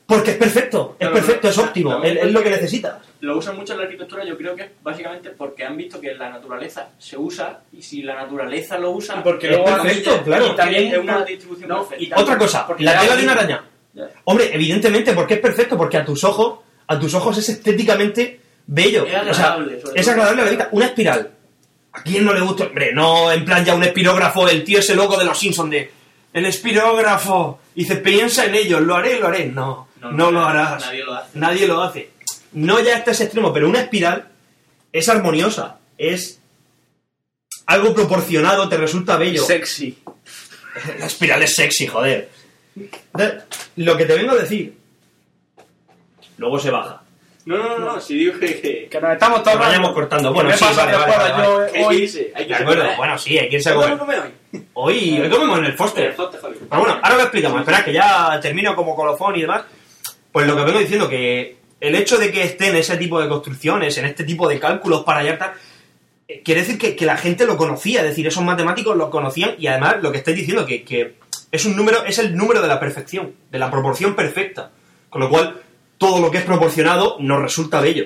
G: Porque es perfecto, es
F: Claro,
G: perfecto,
F: no,
G: es óptimo,
F: también
G: es, es lo que
F: porque-
G: necesitas.
F: lo usan mucho en la arquitectura, yo creo que es básicamente porque han visto que la naturaleza se usa y si la naturaleza lo usa,
B: Y porque
F: es
B: luego-
G: Perfecto, claro.
F: y también
B: También-
F: es una distribución
B: no,
F: perfecta.
G: Otra cosa,
B: Porque
G: la
B: ya
G: tela
B: lo
G: de una
B: digo.
G: araña.
F: Ya.
G: Hombre, evidentemente, porque es perfecto, porque a tus ojos, a tus ojos es estéticamente bello.
F: Es agradable,
G: O sea,
F: sobre todo.
G: es agradable a la vista. Una espiral. ¿A quién no le gusta? Hombre, no en plan ya un espirógrafo, el tío ese loco de los Simpsons de el espirógrafo. Y dice, piensa en ello, lo haré, lo haré. No,
F: No,
G: no,
F: no,
G: lo harás.
F: nadie lo hace.
G: Nadie lo hace. No ya hasta ese extremo, pero una espiral es armoniosa, es algo proporcionado, te resulta bello.
B: Sexy.
G: La espiral es sexy, joder. De- Lo que te vengo a decir. Luego se baja.
F: No, no, no, no, si digo que, que,
B: Que nos estamos todos.
G: Que vayamos cortando. Bueno,
B: ¿Qué
G: sí,
B: pasa
G: vale,
B: de
G: vale,
B: acuerdo?
G: vale,
B: Yo, eh,
F: hay que
B: hoy.
F: irse, hay que
G: De acuerdo,
F: irse.
G: bueno, sí, hay que irse a
F: ¿Cómo
G: comer.
F: lo come hoy?
G: Hoy, hoy comemos en el
F: Eh,
G: Foster.
F: Foster, Javi.
G: Pero bueno, ahora lo explicamos. Esperad que ya termino como colofón y demás. Pues lo que vengo diciendo, que el hecho de que estén ese tipo de construcciones, en este tipo de cálculos para allá tal, eh, quiere decir que, que la gente lo conocía. Es decir, esos matemáticos lo conocían y además lo que estáis diciendo, que, que es un número, es el número de la perfección, de la proporción perfecta. Con lo cual, todo lo que es proporcionado nos resulta bello.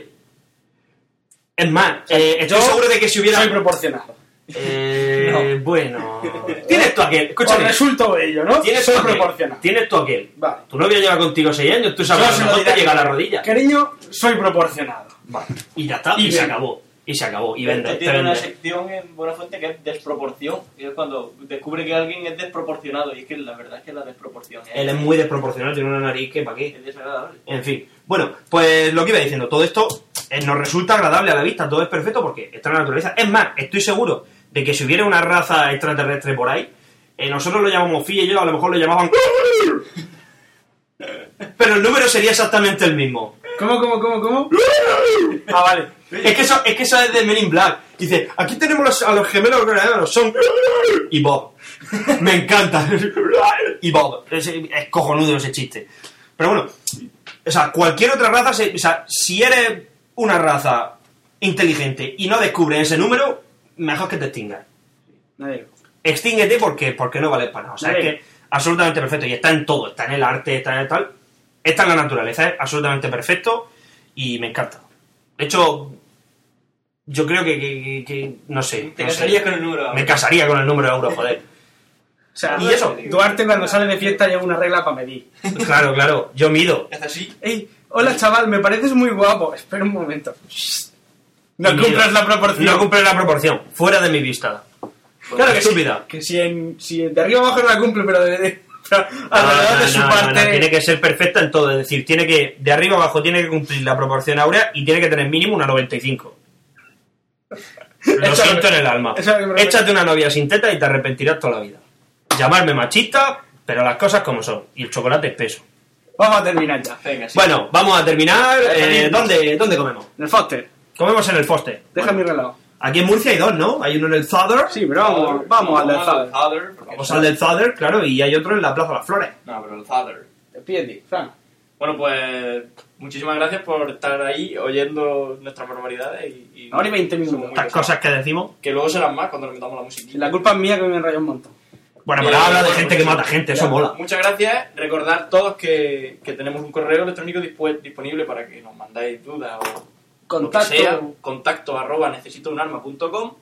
G: Es más, eh, estoy
B: yo
G: seguro de que si hubiera...
B: Soy proporcionado.
G: Eh, Bueno... Tienes tú aquel... Escúchame.
B: Os resulto bello, ¿no?
G: Tienes
B: Soy
G: tú aquel.
B: proporcionado.
G: Tienes tú aquel.
B: Vale.
G: Tu novia lleva contigo 6 años, tú
B: Yo
G: sabes que a
B: se
G: lo
B: lo
G: mejor
B: diré.
G: te llega a la rodilla.
B: Cariño, soy proporcionado.
G: Vale. Y ya está,
B: Y
G: y, se
B: vende.
G: acabó. Y se acabó, y vende,
F: Esto
G: te
F: tiene una
G: vende.
F: sección en Buena Fuente que es desproporción, que es cuando descubre que alguien es desproporcionado y es que la verdad es que la desproporción es,
G: Él es muy desproporcional, tiene una nariz que pa' qué.
F: es desagradable.
G: En fin. Bueno, pues lo que iba diciendo, todo esto eh, nos resulta agradable a la vista, todo es perfecto porque está en la naturaleza. Es más, estoy seguro de que si hubiera una raza extraterrestre por ahí, eh, nosotros lo llamamos Fi y yo a lo mejor lo llamaban... Pero el número sería exactamente el mismo.
B: ¿Cómo, cómo, cómo, cómo?
G: Ah, vale. Es que, eso, es que eso es de Men in Black. Dice, aquí tenemos los- a los gemelos los son y Bob. Me encanta. Y Bob. Es, es cojonudo ese chiste. Pero bueno, o sea, cualquier otra raza, se- o sea, si eres una raza inteligente y no descubres ese número, mejor que te extingas.
B: Nadie.
G: Extínguete porque, porque no vales para nada. O sea, es
B: Vale.
G: que absolutamente perfecto. Y está en todo, está en el arte, está en el tal. Está en la naturaleza, es absolutamente perfecto y me encanta. De hecho, yo creo que, que- que- que- no sé.
F: Te
G: no sé.
F: casarías con el número ahora.
G: Me casaría con el número de euros, joder.
B: O sea,
G: Y eso.
B: Duarte cuando sale de fiesta lleva una regla para medir.
G: claro, claro, yo mido.
F: Es así.
B: Ey, hola chaval, me pareces muy guapo. Espera un momento. No
G: Y mido.
B: cumplas la proporción.
G: No cumples la proporción, fuera de mi vista.
F: Pues
B: Claro que sí.
G: Estúpida.
B: Que si, en, si en de arriba abajo no la cumple, pero de, de- pero
G: No,
B: alrededor
G: no,
B: de su
G: no, no,
B: parte.
G: no, tiene que ser perfecta en todo. Es decir, tiene que, de arriba abajo, tiene que cumplir la proporción áurea y tiene que tener mínimo una 95. Lo
B: Échale.
G: siento en el alma.
B: Échale, bro.
G: Échate una novia sin teta y te arrepentirás toda la vida. Llamarme machista, pero las cosas como son. Y el chocolate es peso.
B: Vamos a terminar ya.
F: Venga, sí.
G: Bueno, vamos a terminar. Eh,
B: Venga,
G: ¿dónde, ¿Dónde comemos?
B: En el Foster,
G: Comemos en el Foster.
B: deja mi reloj.
G: Aquí en Murcia hay dos, ¿no? Hay uno en el Zadar.
B: Sí, pero vamos, vamos al del Foster.
F: Father. porque-
G: Vamos al del Zadar, claro, y hay otro en la Plaza de las Flores.
F: No, pero el Father.
B: Despídete, Fran.
F: Bueno, pues muchísimas gracias por estar ahí oyendo nuestras barbaridades y... y
B: Ahora y 20
F: somos
B: minutos.
F: muy
G: Estas
F: pesados.
G: cosas que decimos.
F: Que luego serán más cuando le metamos la musiquilla.
B: La culpa es mía que me enrayó un montón.
G: Bueno, pero
F: Eh,
G: habla de
F: bueno,
G: gente que mata gente, eso
F: Ya,
G: mola.
F: Muchas gracias. Recordad todos que, que tenemos un correo electrónico dispu- disponible para que nos mandáis dudas o
B: Contacto.
F: lo que sea. Contacto arroba necesitounarma.com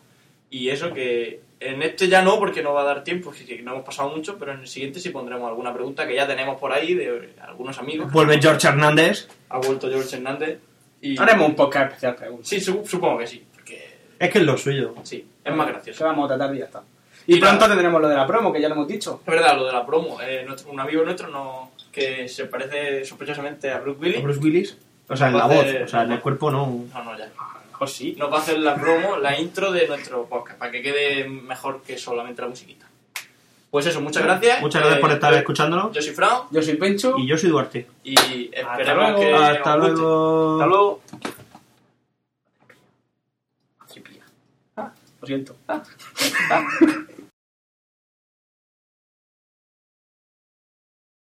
F: Y eso que en este ya no, porque no va a dar tiempo, que que no hemos pasado mucho, pero en el siguiente sí pondremos alguna pregunta que ya tenemos por ahí de algunos amigos.
G: Vuelve George Hernández.
F: Ha vuelto George Hernández. Y...
B: Haremos un podcast especial, pregunta.
F: Sí, su- supongo que sí. Porque
G: Es que es lo suyo.
F: sí, es más gracioso.
B: Se vamos a tratar y ya está. Y
F: Claro.
B: pronto tendremos lo de la promo, que ya lo hemos dicho.
F: Es verdad, lo de la promo. Eh, nuestro- un amigo nuestro no, que se parece sospechosamente a Bruce Willis.
G: Bruce Willis. O sea, en la voz,
F: Entonces-
G: o sea, en el cuerpo no.
F: No, no, ya.
B: O sí.
F: Nos va a hacer la promo, la intro de nuestro podcast, para que quede mejor que solamente la musiquita. Pues eso, muchas gracias.
G: Muchas gracias
F: Eh,
G: por estar
F: yo-
G: escuchándonos.
F: Yo soy Fran
B: Yo soy Pencho.
G: Y yo soy Duarte.
F: y esperamos
B: luego.
F: que.
G: Hasta
F: os guste.
G: luego.
F: Hasta luego.
B: Lo siento.